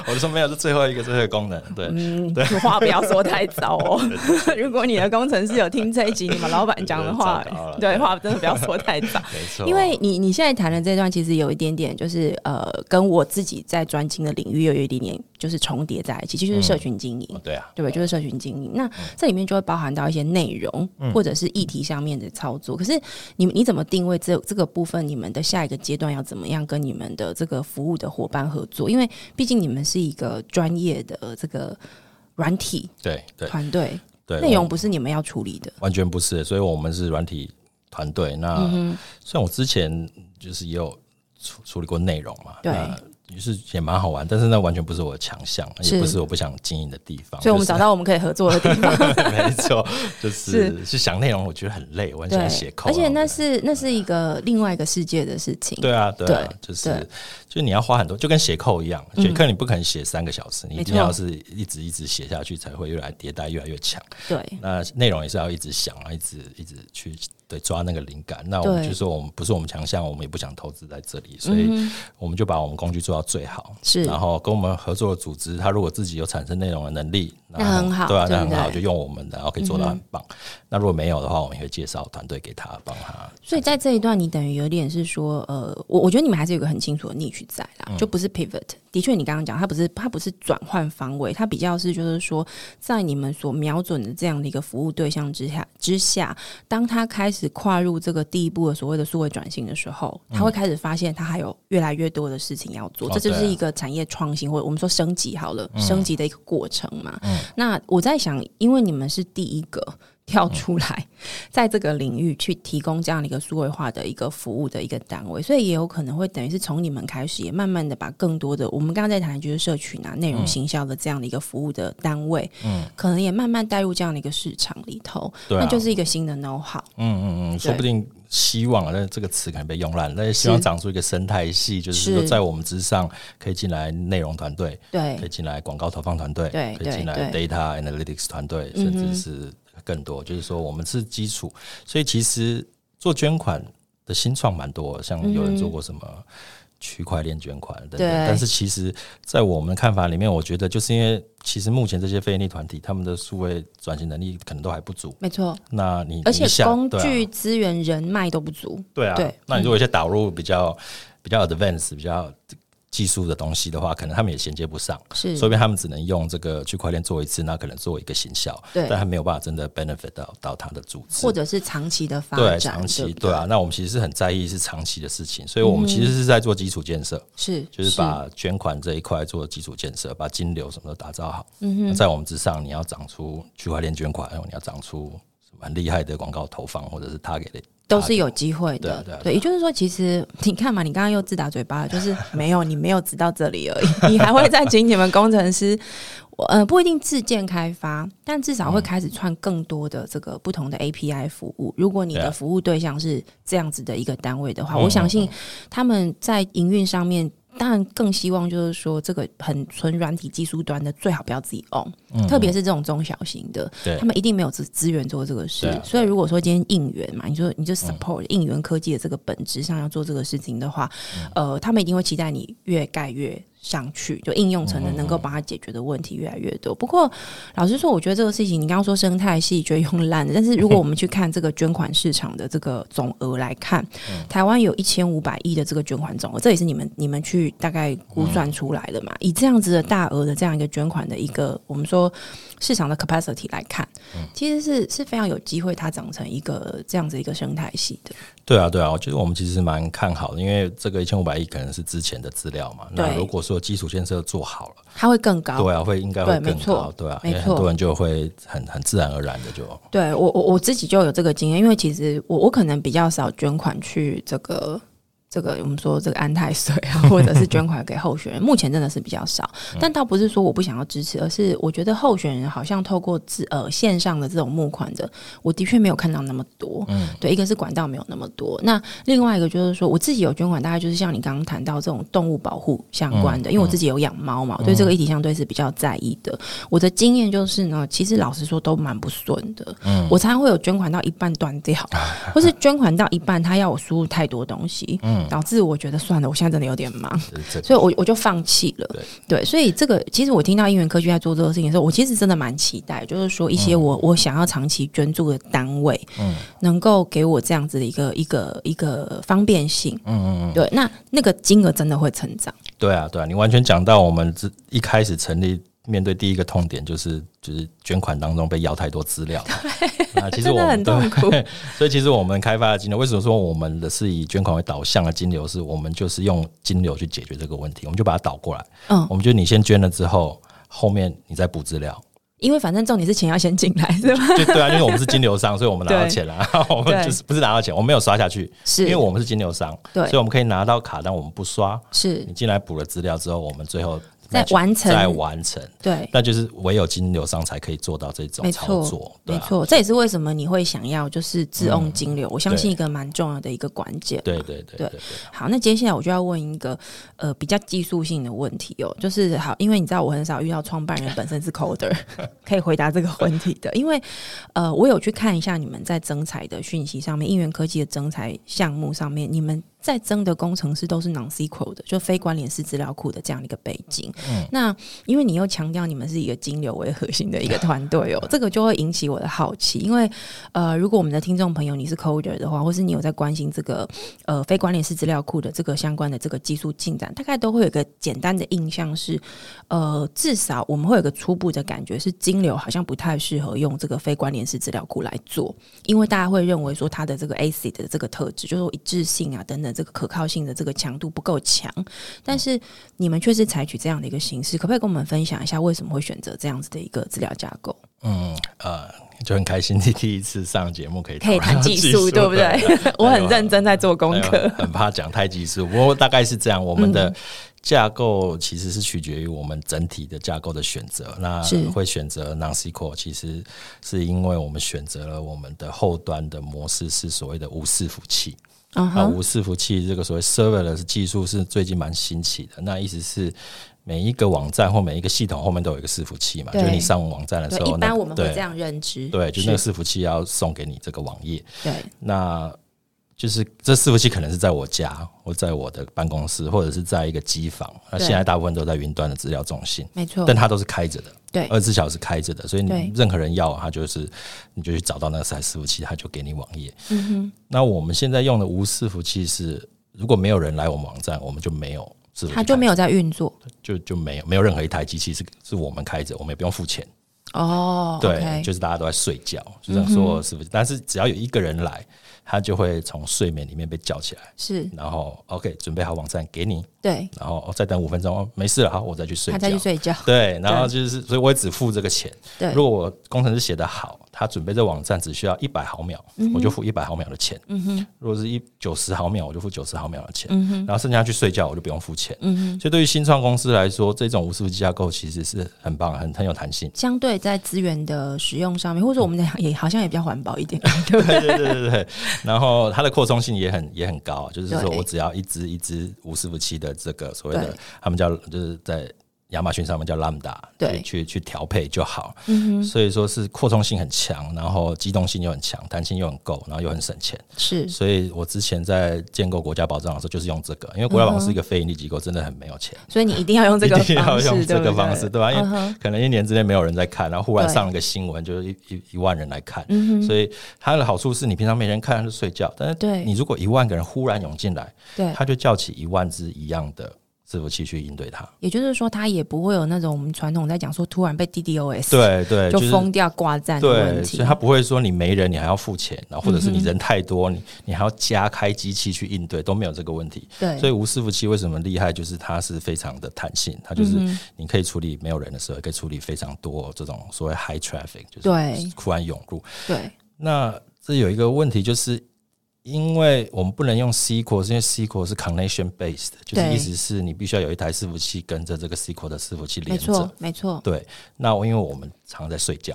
Speaker 2: 我就说没有，是最后一个最后一个功能， 对，
Speaker 1: 嗯，话不要说太早 哦。 如果你的工程师有听这一集，你们老板讲的话
Speaker 2: 对糟糕了，
Speaker 1: 对话真的不要说太 早。
Speaker 2: 没错，
Speaker 1: 因为你你现在谈的这段，其实有一点点就是呃，跟我自己在专精的领域又有一点点就是重叠在一起，其实就是社群经营。
Speaker 2: 哦对嗯啊，
Speaker 1: 对吧？就是社群经营，那这里面就会包含到一些内容
Speaker 2: 嗯
Speaker 1: 或者是议题上面的操作。可是你你怎么定位这这个部分？你们的下一个阶段要怎么样跟你们的这个服务的伙伴合作？因为毕竟你们是一个专业的这个软体
Speaker 2: 对对
Speaker 1: 团队，
Speaker 2: 对，
Speaker 1: 内容不是你们要处理的。
Speaker 2: 完全不是，所以我们是软体团队。那、
Speaker 1: 嗯
Speaker 2: 虽然我之前就是也有处处理过内容嘛，
Speaker 1: 对
Speaker 2: 那于是也蛮好玩，但是那完全不是我的强项，
Speaker 1: 是
Speaker 2: 也不是我不想经营的地方。
Speaker 1: 所以我们
Speaker 2: 就
Speaker 1: 找到我们可以合作的地 方。
Speaker 2: 是 没错，就是去想内容，我觉得很累，我很喜
Speaker 1: 对
Speaker 2: 欢写，啊扣，
Speaker 1: 而且那
Speaker 2: 对
Speaker 1: 是那是一个另外一个世界的事情。
Speaker 2: 对啊，对啊
Speaker 1: 对，
Speaker 2: 就是
Speaker 1: 对嗯
Speaker 2: 就是你要花很多，就跟写扣一样，写课你不可能写三个小时，你一定
Speaker 1: 没错
Speaker 2: 要是一直一直写下去，才会越来迭代越来越强。
Speaker 1: 对
Speaker 2: 那内容也是要一直想啊，一直一直去对抓那个灵感。那我们
Speaker 1: 对
Speaker 2: 就说我们不是我们强项，我们也不想投资在这里，所以我们就把我们工具做到最好。
Speaker 1: 嗯是
Speaker 2: 然后跟我们合作的组织，他如果自己有产生内容的能力，
Speaker 1: 那很好
Speaker 2: 对啊，
Speaker 1: 对
Speaker 2: 那
Speaker 1: 不
Speaker 2: 很好，
Speaker 1: 对嗯
Speaker 2: 就用我们的，然后可以做到很棒。那如果没有的话，我们也会介绍团队给他帮他。
Speaker 1: 所以在这一段，你等于有点是说，呃，我我觉得你们还是有一个很清楚的 niche 在啦，
Speaker 2: 嗯
Speaker 1: 就不是 pivot。的确，你刚刚讲，它不是它不是转换方位，它比较是就是说，在你们所瞄准的这样的一个服务对象之下之下，当他开始跨入这个第一步的所谓的数位转型的时候，他会开始发现他还有越来越多的事情要做，
Speaker 2: 嗯哦
Speaker 1: 这就
Speaker 2: 对
Speaker 1: 是
Speaker 2: 啊嗯
Speaker 1: 一个产业创新或者我们说升级好了，升级的一个过程嘛。那我在想，因为你们是第一个。
Speaker 2: 嗯
Speaker 1: 跳出来，在这个领域去提供这样的一个数位化的一个服务的一个单位，所以也有可能会等于是从你们开始，也慢慢的把更多的我们刚刚在谈的就是社群啊、内容行销的这样的一个服务的单位，嗯，可能也慢慢带入这样的一个市场里头，
Speaker 2: 对啊
Speaker 1: 那就是一个新的 know how，
Speaker 2: 嗯嗯嗯，说不定希望啊，那这个词可能被用烂，但是希望长出一个生态系，就是说
Speaker 1: 是
Speaker 2: 在我们之上可以进来内容团队，
Speaker 1: 对
Speaker 2: 可以进来广告投放团队，
Speaker 1: 对嗯
Speaker 2: 可以进来 data analytics 团队，甚至是更多。就是说，我们是基础，所以其实做捐款的新创蛮多，像有人做过什么。区块链捐款
Speaker 1: 嗯
Speaker 2: 等等，
Speaker 1: 对
Speaker 2: 但是其实，在我们的看法里面，我觉得就是因为其实目前这些非营利团体他们的数位转型能力可能都还不足，
Speaker 1: 没错，
Speaker 2: 那你
Speaker 1: 而且
Speaker 2: 你想
Speaker 1: 工
Speaker 2: 对啊
Speaker 1: 具、资源、人脉都不足，
Speaker 2: 对啊，
Speaker 1: 对嗯
Speaker 2: 那你如果一些导入比较比较 advanced、比较技术的东西的话，可能他们也衔接不上，
Speaker 1: 是
Speaker 2: 所以他们只能用这个区块链做一次，那可能做一个行销，
Speaker 1: 对
Speaker 2: 但他没有办法真的 benefit 到到他的组织
Speaker 1: 或。者是长期的发
Speaker 2: 对，
Speaker 1: 展，
Speaker 2: 长期
Speaker 1: 对不
Speaker 2: 对啊，那我们其实是很在意是长期的事情，所以我们其实是在做基础建设，
Speaker 1: 是
Speaker 2: 就是把捐款这一块做基础建设，把金流什么都打造好。嗯在我们之上，你要长出区块链捐款，然后你要长出什么很厉害的广告投放，或者是 target 的
Speaker 1: 都是有机会的，
Speaker 2: 对啊对啊
Speaker 1: 也就是说，其实你看嘛，你刚刚又自打嘴巴了， 就是没有，你没有只到这里而已，你还会再请你们工程师，我呃不一定自建开发，但至少会开始串更多的这个不同的 API 服务。如果你
Speaker 2: 嗯对
Speaker 1: 的
Speaker 2: 啊
Speaker 1: 服务对象是这样子的一个单位的话，
Speaker 2: 嗯
Speaker 1: 我相信他们在营运上面。当然，更希望就是说，这个很纯软体技术端的，最好不要自己 own，、特别是这种中小型的，
Speaker 2: 嗯对
Speaker 1: 他们一定没有资资源做这个事
Speaker 2: 对啊。嗯
Speaker 1: 所以如果说今天应援嘛，你说你就 support 应援科技的这个本质上要做这个事情的话，
Speaker 2: 嗯
Speaker 1: 呃，他们一定会期待你越盖越。上去就应用层的能够帮他解决的问题越来越多。不过，老实说，我觉得这个事情，你刚刚说生态系觉得用烂的，但是如果我们去看这个捐款市场的这个总额来看，
Speaker 2: 嗯
Speaker 1: 台湾有一千五百亿的这个捐款总额，这也是你们你们去大概估算出来的嘛？
Speaker 2: 嗯
Speaker 1: 以这样子的大额的这样一个捐款的一个我们说市场的 capacity 来看，其实是是非常有机会它长成一个这样子一个生态系的。
Speaker 2: 对啊，对啊，我觉得我们其实蛮看好的，因为这个一千五百亿可能是之前的资料嘛。那
Speaker 1: 对
Speaker 2: 如果说基础建设做好了，
Speaker 1: 它会更高。
Speaker 2: 对啊，会应该会
Speaker 1: 对没
Speaker 2: 更
Speaker 1: 错
Speaker 2: 高，对啊，
Speaker 1: 没
Speaker 2: 因为很
Speaker 1: 错
Speaker 2: 多人就会很很自然而然的就
Speaker 1: 对我我我自己就有这个经验，因为其实我我可能比较少捐款去这个。这个我们说这个安泰税啊，或者是捐款给候选人， 目前真的是比较少。但倒不是说我不想要支持，而是我觉得候选人好像透过自呃线上的这种募款的，我的确没有看到那么多。嗯，对，一个是管道没有那么多，那另外一个就是说我自己有捐款，大概就是像你刚刚谈到这种动物保护相关的，因为我自己有养猫嘛，我对这个议题相对是比较在意的。我的经验就是呢，其实老实说都蛮不顺的。
Speaker 2: 嗯
Speaker 1: 我常常会有捐款到一半断掉，
Speaker 2: 啊
Speaker 1: 或是捐款到一半他要我输入太多东西，
Speaker 2: 嗯
Speaker 1: 导致我觉得算了，我现在真的有点忙，
Speaker 2: 就是这个
Speaker 1: 所以我我就放弃了。对，所以这个其实我听到应援科技在做这个事情的时候，我其实真的蛮期待，就是说一些
Speaker 2: 嗯
Speaker 1: 我、我想要长期捐助的单位，能够给我这样子的一个一个一个方便性。嗯嗯嗯，对，那那个金额真的会成长。
Speaker 2: 对啊，对啊，你完全讲到我们之一开始成立面对第一个痛点就是就是捐款当中被要太多资料，啊，其 实
Speaker 1: 真
Speaker 2: 我
Speaker 1: 的
Speaker 2: 们
Speaker 1: 很痛苦
Speaker 2: 对，所以其实我们开发的金流，为什么说我们的是以捐款为导向的金流，是我们就是用金流去解决这个问题，我们就把它倒过来，
Speaker 1: 嗯
Speaker 2: 我们就你先捐了之后，后面你再补资料，
Speaker 1: 因为反正重点是钱要先进来，是吧？
Speaker 2: 就对啊，因为我们是金流商，所以我们拿到
Speaker 1: 对
Speaker 2: 钱啦， 我们就是不是拿到钱，我们没有刷下去，
Speaker 1: 是，
Speaker 2: 因为我们是金流商，
Speaker 1: 对
Speaker 2: 所以我们可以拿到卡，但我们不刷，
Speaker 1: 是
Speaker 2: 你进来补了资料之后，我们最后
Speaker 1: 在完成
Speaker 2: 再完成，
Speaker 1: 对。
Speaker 2: 那就是唯有金流商才可以做到这种
Speaker 1: 没
Speaker 2: 操
Speaker 1: 错
Speaker 2: 作，对
Speaker 1: 没
Speaker 2: 啊，嗯
Speaker 1: 错，这也是为什么你会想要就是自用金流，我相信一个蛮重要的一个关键。
Speaker 2: 对对对
Speaker 1: 对
Speaker 2: 对对，
Speaker 1: 好，那接下来我就要问一个呃比较技术性的问题哦，就是好，因为你知道我很少遇到创办人本身是 coder 可以回答这个问题的，因为呃我有去看一下你们在征才的讯息上面，应援科技的征才项目上面，你们在征的工程师都是 non-SQL 的，就非关联式资料库的这样的一个背景。那因为你又强调你们是一个金流为核心的一个团队哦，这个就会引起我的好奇，因为呃如果我们的听众朋友你是 coder 的话，或是你有在关心这个呃非关联式资料库的这个相关的这个技术进展，大概都会有一个简单的印象是，呃，至少我们会有个初步的感觉是金流好像不太适合用这个非关联式资料库来做，因为大家会认为说它的这个 ACID 的这个特质，就是说一致性啊等等这个可靠性的这个强度不够强，但是你们却是采取这样的一个形式，可不可以跟我们分享一下为什么会选择这样子的一个资料架构？
Speaker 2: 嗯呃，就很开心，第第一次上节目可以
Speaker 1: 可以
Speaker 2: 讨论
Speaker 1: 谈
Speaker 2: 到
Speaker 1: 技术，对不对？ 我很认真在做功
Speaker 2: 哎
Speaker 1: 课
Speaker 2: 呦，很怕讲太技术，不过大概是这样。我们的
Speaker 1: 嗯
Speaker 2: 架构其实是取决于我们整体的架构的选择。那
Speaker 1: 是
Speaker 2: 会选择 NoSQL，其实是因为我们选择了我们的后端的模式是所谓的无伺服器。
Speaker 1: 嗯
Speaker 2: 那
Speaker 1: 哼，
Speaker 2: 无伺服器这个所谓 serverless 技术是最近蛮新奇的。那意思是。每一个网站或每一个系统后面都有一个伺服器嘛，就
Speaker 1: 对
Speaker 2: 是你上网站的时
Speaker 1: 对，
Speaker 2: 候，
Speaker 1: 一
Speaker 2: 那
Speaker 1: 般我们会
Speaker 2: 对
Speaker 1: 这样认知，
Speaker 2: 对，就那个伺服器要送给你这个网页。
Speaker 1: 对，
Speaker 2: 那就是这伺服器可能是在我家，或在我的办公室，或者是在一个机房。那
Speaker 1: 对
Speaker 2: 现在大部分都在云端的资料中心，
Speaker 1: 没错
Speaker 2: 但，呃它都是开着的，
Speaker 1: 对
Speaker 2: 二十四小时开着的，所以
Speaker 1: 对
Speaker 2: 你任何人要，它就是你就去找到那个台伺服器，它就给你网页。嗯哼。那我们现在用的无伺服器是，如果没有人来我们网站，我们就没有是
Speaker 1: 它就没
Speaker 2: 有
Speaker 1: 有在运作
Speaker 2: 就就没有没有任何一台机器是是我们开着，我们也不用付钱。
Speaker 1: 哦。
Speaker 2: 对
Speaker 1: OK
Speaker 2: 就是大家都在睡觉，就这样说是不是？但是只要有一个人来，他就会从睡眠里面被叫起来，
Speaker 1: 是
Speaker 2: 然后 OK 准备好网站给你，
Speaker 1: 对，
Speaker 2: 然后、哦、再等五分钟，哦没事了，好，我再去睡
Speaker 1: 他
Speaker 2: 觉。
Speaker 1: 再去睡觉。
Speaker 2: 对，然后就是，所以我也只付这个钱。
Speaker 1: 对
Speaker 2: 如果我工程师写得好，他准备这网站只需要一百毫秒，我就付一百毫秒的钱。嗯哼，如果是一九十毫秒，我就付九十毫秒的钱。嗯哼，然后剩下去睡觉，我就不用付钱。嗯哼，所以对于新创公司来说，这种无数架构其实是很棒，很很有弹性。
Speaker 1: 相对在资源的使用上面，或者我们的也好像也比较环保一 点，对不对？
Speaker 2: 对对对对对，然后它的扩充性也很也很高，啊就是说
Speaker 1: 对
Speaker 2: 我只要一支一支无伺服器的这个所谓
Speaker 1: 对
Speaker 2: 的，他们叫就是在亚马逊上面叫 Lambda，
Speaker 1: 对
Speaker 2: 去去去调配就好。
Speaker 1: 嗯
Speaker 2: 所以说是扩充性很强，然后机动性又很强，弹性又很够，然后又很省钱。
Speaker 1: 是
Speaker 2: 所以我之前在建构国家保障的时候，就是用这个，因为国家保障是一个非盈利机构，真的很没有钱。
Speaker 1: 所以你一定要嗯用这个
Speaker 2: 一定要
Speaker 1: 方式，
Speaker 2: 用
Speaker 1: 对
Speaker 2: 这
Speaker 1: 不
Speaker 2: 个
Speaker 1: 对
Speaker 2: 方式，对吧？因
Speaker 1: 嗯
Speaker 2: 为
Speaker 1: 哼
Speaker 2: 可能一年之内没有人在看，然后忽然
Speaker 1: 对嗯
Speaker 2: 上了个新闻，就是一一一万人来看，所以它的好处是你平常没人看就睡觉，但
Speaker 1: 对
Speaker 2: 是你如果一万个人忽然涌进来，
Speaker 1: 对，
Speaker 2: 它就叫起一万只一样的伺服器去应对它。
Speaker 1: 也就是说，它也不会有那种我们传统在讲说突然被 DDoS
Speaker 2: 对对，
Speaker 1: 就是封掉挂站的问
Speaker 2: 对，
Speaker 1: 题
Speaker 2: 所以，它不会说你没人你还要付钱，然后或者是你人太多，
Speaker 1: 嗯
Speaker 2: 你你还要加开机器去应对，都没有这个问题。
Speaker 1: 对
Speaker 2: 所以无伺服器为什么厉害？就是它是非常的弹性，它
Speaker 1: 嗯
Speaker 2: 就是你可以处理没有人的时候，也可以处理非常多这种所谓 high traffic，就是
Speaker 1: 对
Speaker 2: 突然涌入。
Speaker 1: 对
Speaker 2: 那这有一个问题，就是因为我们不能用 SQL，是因为 SQL 是 connection based，就是
Speaker 1: 对
Speaker 2: 意思是你必须要有一台伺服器跟着这个 SQL 的伺服器
Speaker 1: 没
Speaker 2: 连
Speaker 1: 错
Speaker 2: 着。
Speaker 1: 没错，
Speaker 2: 对，那我因为我们常常在 睡觉。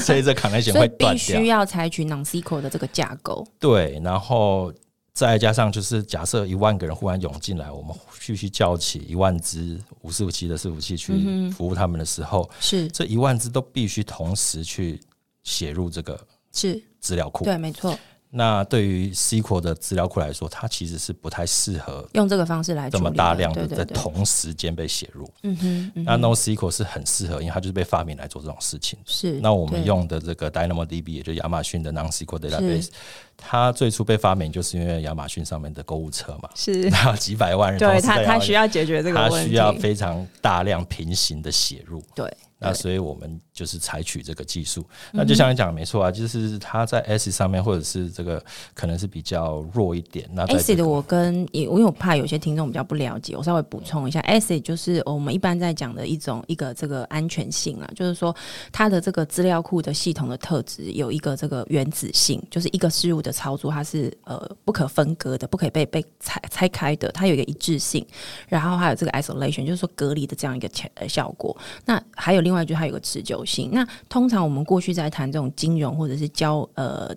Speaker 2: 所以这 connection
Speaker 1: 所
Speaker 2: 会
Speaker 1: 以
Speaker 2: 断
Speaker 1: 必
Speaker 2: 掉
Speaker 1: 须，要采取 non-SQL 的这个架构，
Speaker 2: 对，然后再加上就是假设一万个人忽然涌进来，我们继续叫起一万只无伺服器的伺服器
Speaker 1: 嗯
Speaker 2: 去服务他们的时候，
Speaker 1: 是
Speaker 2: 这一万只都必须同时去写入这个
Speaker 1: 是，
Speaker 2: 资料库。
Speaker 1: 对，没错，
Speaker 2: 那对于 SQL 的资料库来说，它其实是不太适合
Speaker 1: 用这个方式来
Speaker 2: 这
Speaker 1: 处
Speaker 2: 么
Speaker 1: 理
Speaker 2: 大量的
Speaker 1: 对对
Speaker 2: 在
Speaker 1: 对，
Speaker 2: 同时间被写入。
Speaker 1: 嗯哼，嗯
Speaker 2: 那 NoSQL 是很适合，因为它就是被发明来做这种事情。
Speaker 1: 是，
Speaker 2: 那我
Speaker 1: 对
Speaker 2: 们用的这个 DynamoDB，也就是亚马逊的 NoSQL database，它最初被发明就是因为亚马逊上面的购物车 嘛，
Speaker 1: 是，
Speaker 2: 然后几百万人同
Speaker 1: 对
Speaker 2: 时在
Speaker 1: 他他
Speaker 2: 亚马逊
Speaker 1: 需要解决这个
Speaker 2: 它
Speaker 1: 问
Speaker 2: 需
Speaker 1: 题，
Speaker 2: 要非常大量平行的写入。
Speaker 1: 对嗯
Speaker 2: 那所以我们就是采取这个技术。那就像你讲的没错啊，就是它在 S 上面或者是这个可能是比较弱一点。那在
Speaker 1: ACID
Speaker 2: 这
Speaker 1: 的
Speaker 2: 个
Speaker 1: 我跟因因为我怕有些听众比较不了解，我稍微补充一下，ACID 就是我们一般在讲的一种一个这个安全性啦，就是说它的这个资料库的系统的特质有一个这个原子性，就是一个事物的操作它是呃不可分割的，不可以被被拆拆开的，它有一个一致性，然后还有这个 isolation，就是说隔离的这样一个前呃效果。那还有另外就是它有个持久性。那通常我们过去在谈这种金融或者是交呃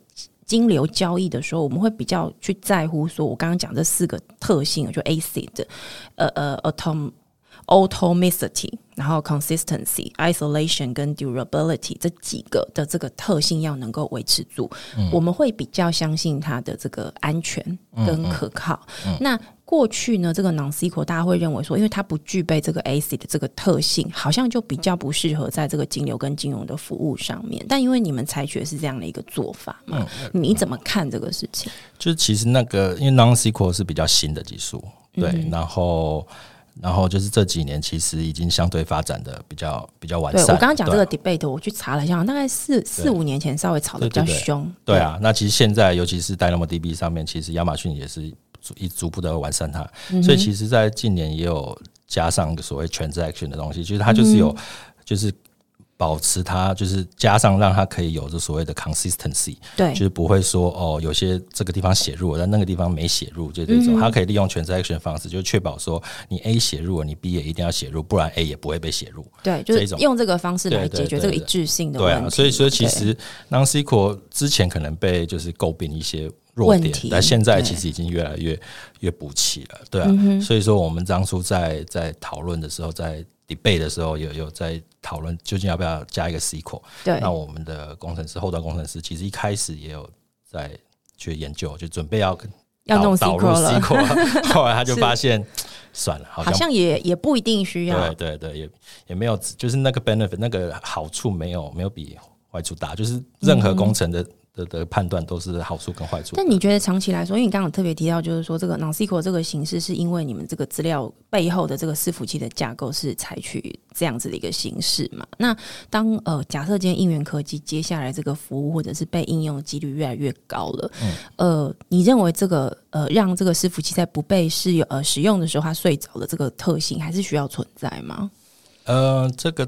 Speaker 1: 金流交易的时候，我们会比较去在乎说，我刚刚讲这四个特性，就 ACID，呃呃 atom。Automicity，然后 consistency、isolation 跟 durability 这几个的这个特性要能够维持住，我们会比较相信它的这个安全跟可靠。
Speaker 2: 嗯
Speaker 1: 那过去呢，这个 NoSQL 大家会认为说，因为它不具备这个 ACID 的这个特性，好像就比较不适合在这个金流跟金融的服务上面。但因为你们采取的是这样的一个做法嘛，
Speaker 2: 嗯
Speaker 1: 你怎么看这个事情？
Speaker 2: 就是其实那个因为 NoSQL 是比较新的技术，对，
Speaker 1: 嗯
Speaker 2: 然后。然后就是这几年其实已经相对发展的比较比较完
Speaker 1: 对
Speaker 2: 善。
Speaker 1: 我刚刚讲这
Speaker 2: 对啊
Speaker 1: 个 debate，我去查了一下，大概四四五年前稍微吵得比较
Speaker 2: 对对对
Speaker 1: 凶。
Speaker 2: 对啊，那其实现在尤其是 DynamoDB 上面，其实亚马逊也是逐一逐步的完善它，所以其实，在近年也有加上所谓 transaction 的东西，就是它就是有，就是保持它，就是加上让它可以有这所谓的 consistency，
Speaker 1: 对
Speaker 2: 就是不会说哦，有些这个地方写入了，但那个地方没写入，就这种，它可以利用 transaction 方式，就确保说你 A 写入了，你 B 也一定要写入，不然 A 也不会被写入。
Speaker 1: 对，就
Speaker 2: 这
Speaker 1: 是
Speaker 2: 种
Speaker 1: 用这个方式来
Speaker 2: 对对
Speaker 1: 解决
Speaker 2: 对
Speaker 1: 这个一
Speaker 2: 对
Speaker 1: 致性的
Speaker 2: 对
Speaker 1: 问
Speaker 2: 啊，
Speaker 1: 题。
Speaker 2: 所以说其
Speaker 1: 对
Speaker 2: 实 NoSQL 之前可能被就是诟病一些弱
Speaker 1: 问
Speaker 2: 点
Speaker 1: 题，
Speaker 2: 但现在
Speaker 1: 对嗯
Speaker 2: 其实已经越来越越补齐了，对啊。所以说我们当初在在讨论的时候，在 debate 的时候，有有在讨论究竟要不要加一个 SQL。
Speaker 1: 对
Speaker 2: 那我们的工程师后端工程师其实一开始也有在去研究，就准备要跟
Speaker 1: 要
Speaker 2: 导
Speaker 1: 弄
Speaker 2: 导入
Speaker 1: SQL 了，
Speaker 2: SQL，后来 他就是发现算了，好
Speaker 1: 好
Speaker 2: 像
Speaker 1: 像也也不一定需要。
Speaker 2: 对对对，也也没有，就是那个 benefit 那个好处没有没有比坏处大，就是任何工程的的的判断都是好处跟坏
Speaker 1: 嗯
Speaker 2: 处。
Speaker 1: 但你觉得长期来说，因为你刚刚有特别提到，就是说这个 NoSQL 这个形式，是因为你们这个资料背后的这个伺服器的架构是采取这样子的一个形式嘛？那当呃假设今天应援科技接下来这个服务或者是被应用的几率越来越高了，
Speaker 2: 嗯
Speaker 1: 呃，你认为这个呃让这个伺服器在不被使用呃使用的时候，它睡着的这个特性还是需要存在吗？
Speaker 2: 呃，这个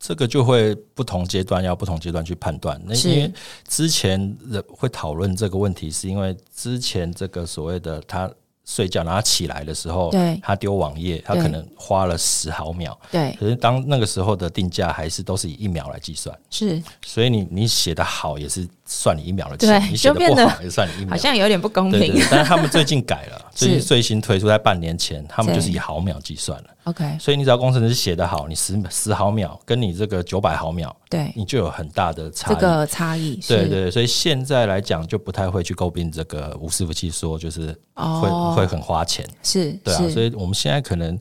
Speaker 2: 这个就会不同阶段要不同阶段去判断。那
Speaker 1: 是
Speaker 2: 因为之前人会讨论这个问题，是因为之前这个所谓的他睡觉，然后他起来的时候，
Speaker 1: 对
Speaker 2: 他丢网页，他
Speaker 1: 对
Speaker 2: 可能花了十毫秒。
Speaker 1: 对，
Speaker 2: 可是当那个时候的定价还是都是以一秒来计算，
Speaker 1: 是
Speaker 2: 所以你你写的好也是算你一秒的
Speaker 1: 对
Speaker 2: 钱，你写的
Speaker 1: 就变
Speaker 2: 不
Speaker 1: 得
Speaker 2: 好也算你一
Speaker 1: 好
Speaker 2: 秒。
Speaker 1: 像有点不公
Speaker 2: 对嗯对
Speaker 1: 平。
Speaker 2: 对，但是他们最近改 了，最近
Speaker 1: 是
Speaker 2: 最新推出在半年前，他们
Speaker 1: 对
Speaker 2: 就是以毫秒计算了。
Speaker 1: OK，
Speaker 2: 所以你只要工程师写得好，你十十毫秒跟你这个九百毫秒，
Speaker 1: 对，
Speaker 2: 你就有很大的差
Speaker 1: 这
Speaker 2: 异。
Speaker 1: 个差异是
Speaker 2: 对对，所以现在来讲就不太会去诟病这个无伺服器说就是会、
Speaker 1: 哦，
Speaker 2: 会很花钱，
Speaker 1: 是
Speaker 2: 对啊，
Speaker 1: 是
Speaker 2: 所以我们现在可能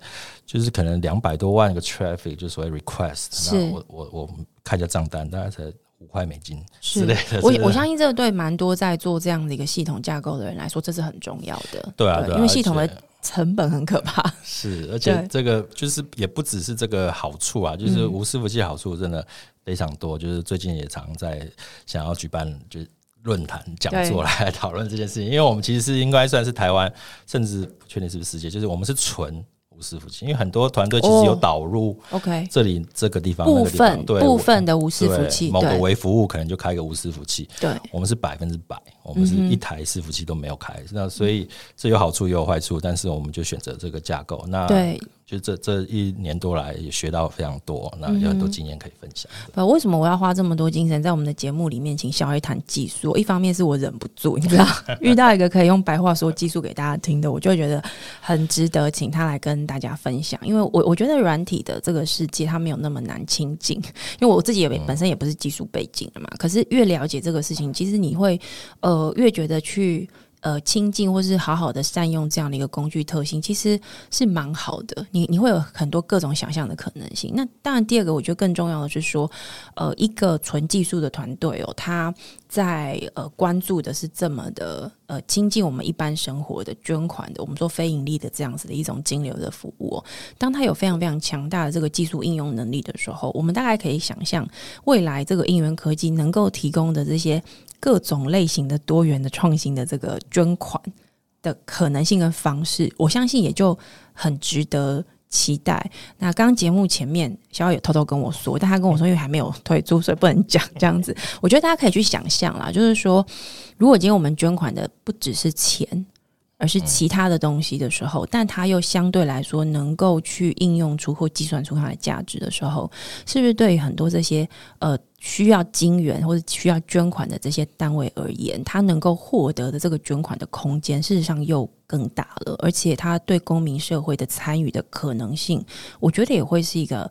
Speaker 2: 就是可能两百多万个 traffic 就所谓 request，
Speaker 1: 是
Speaker 2: 那我我我看一下账单，大概才五块美金
Speaker 1: 是
Speaker 2: 之类 的，
Speaker 1: 我
Speaker 2: 是
Speaker 1: 我相信这个对蛮多在做这样的一个系统架构的人来说，这是很重要的。
Speaker 2: 对啊对啊，
Speaker 1: 因为系统
Speaker 2: 而
Speaker 1: 的
Speaker 2: 且
Speaker 1: 成本很可 怕。
Speaker 2: 是，而且
Speaker 1: 对
Speaker 2: 这个就是也不只是这个好处啊，就是
Speaker 1: 嗯
Speaker 2: 无伺服器好处真的非常多。就是最近也常在想要举办就是论坛讲座来讨论这件事情，因为我们其实是应该算是台湾，甚至不确定是不是世界，就是我们是纯无伺服器，因为很多团队其实有
Speaker 1: 哦
Speaker 2: 导入
Speaker 1: OK，
Speaker 2: 这里、这个地方那
Speaker 1: 部
Speaker 2: 个地方
Speaker 1: 分
Speaker 2: 对
Speaker 1: 部分的无伺服
Speaker 2: 对
Speaker 1: 器，
Speaker 2: 某个
Speaker 1: 对
Speaker 2: 微服务可能就开个无伺服器，
Speaker 1: 对
Speaker 2: 我们是百分之百，我
Speaker 1: 嗯
Speaker 2: 们是一台伺服器都没有开，那所以这有好处也有坏处，但是我们就选择这个架构。那
Speaker 1: 对，
Speaker 2: 就这这一年多来也学到非常多，
Speaker 1: 嗯
Speaker 2: 那有很多经验可以分享。
Speaker 1: 呃，为什么我要花这么多精神在我们的节目里面请小黑谈技术？一方面是我忍不住，你知道，遇到一个可以用白话说技术给大家听的，我就会觉得很值得请他来跟大家分享。因为我我觉得软体的这个世界它没有那么难亲近，因为我自己也没本身也不是技术背景的嘛。可是越了解这个事情，其实你会呃越觉得去。呃，亲近或是好好的善用这样的一个工具特性，其实是蛮好的。你你会有很多各种想象的可能性。那当然，第二个我觉得更重要的是说，呃一个纯技术的团队哦，他在呃关注的是这么的呃亲近我们一般生活的捐款的，我们说非盈利的这样子的一种金流的服务、哦。当他有非常非常强大的这个技术应用能力的时候，我们大概可以想象未来这个应援科技能够提供的这些各种类型的多元的创新的这个捐款的可能性跟方式，我相信也就很值得。期待。那刚刚节目前面，小小也偷偷跟我说，但他跟我说，因为还没有推出，所以不能讲这样子。我觉得大家可以去想象啦，就是说，如果今天我们捐款的不只是钱，而是其他的东西的时候，但它又相对来说能够去应用出或计算出它的价值的时候，是不是对于很多这些呃需要金源或者需要捐款的这些单位而言，它能够获得的这个捐款的空间，事实上又更大了，而且它对公民社会的参与的可能性，我觉得也会是一个。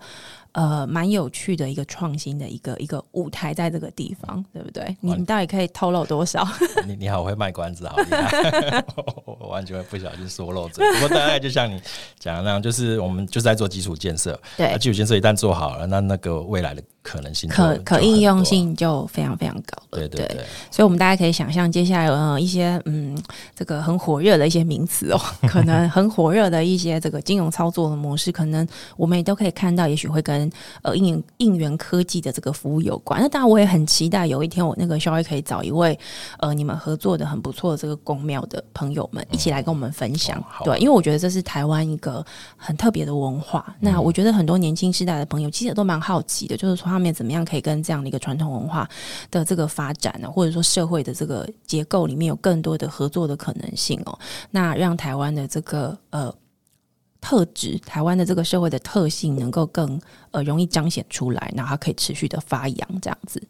Speaker 1: 呃，蛮有趣的一个创新的一个一个舞台，在这个地方，对不对？你
Speaker 2: 哇
Speaker 1: 你到底可以透露多 少？
Speaker 2: 你你好会卖关子，好厉害！ 我完全不小心说漏嘴。不过大概就像你讲的那样，就是我们就是在做基础建设，那
Speaker 1: 对，
Speaker 2: 基础建设一旦做好了，那那个未来的可能性就
Speaker 1: 可可应用。
Speaker 2: 就很多
Speaker 1: 性就非常非常高了。
Speaker 2: 对对对，
Speaker 1: 所以我们大家可以想象，接下来呃一些嗯这个很火热的一些名词哦，可能很火热的一些这个金融操作的模式，可能我们也都可以看到，也许会跟呃应援应援科技的这个服务有关。那当然，我也很期待有一天我那个稍微可以找一位呃你们合作的很不错的这个公庙的朋友们一起来跟我们分享。
Speaker 2: 嗯哦好
Speaker 1: 对，因为我觉得这是台湾一个很特别的文化。那
Speaker 2: 嗯
Speaker 1: 我觉得很多年轻世代的朋友其实也都蛮好奇的，就是说他们怎么样可以跟这样的一个传统文化的这个发展呢，或者说社会的这个结构里面有更多的合作的可能性哦。那让台湾的这个呃特质，台湾的这个社会的特性能够更呃容易彰显出来，然后它可以持续的发扬这样子。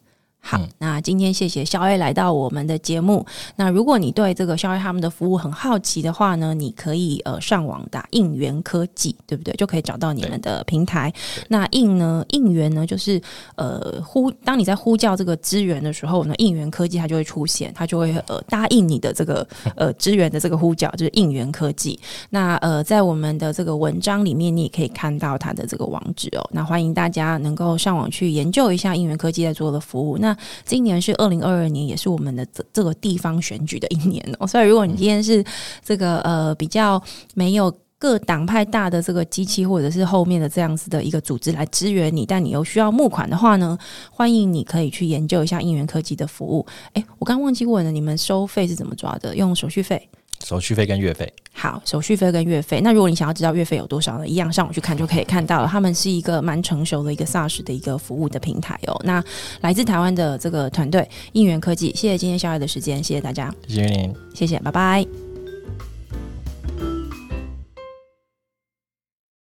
Speaker 1: 好，那今天谢谢肖 A 来到我们的节目。那如果你对这个肖 A 他们的服务很好奇的话呢，你可以呃上网打应援科技，对不对？就可以找到你们的平台。那应呢，应援呢就是呃呼，当你在呼叫这个支援的时候呢，应援科技它就会出现，它就会呃答应你的这个呃支援的这个呼叫，就是应援科技。那呃，在我们的这个文章里面，你也可以看到它的这个网址哦。那欢迎大家能够上网去研究一下应援科技在做的服务。那那今年是二零二二年，也是我们的这这个地方选举的一年哦。 所以如果你今天是这个呃比较没有。各党派大的这个机器，或者是后面的这样子的一个组织来支援你，但你又需要募款的话呢，欢迎你可以去研究一下应援科技的服务。诶，哎我刚忘记问了，你们收费是怎么抓的？用手续费？
Speaker 2: 手续费跟月费。
Speaker 1: 好，手续费跟月费。那如果你想要知道月费有多少呢，一样上网去看就可以看到了。他们是一个蛮成熟的一个 SaaS 的一个服务的平台哦。那来自台湾的这个团队应援科技，谢谢今天下来的时间，谢谢大家，
Speaker 2: 谢谢您。
Speaker 1: 谢谢，拜拜。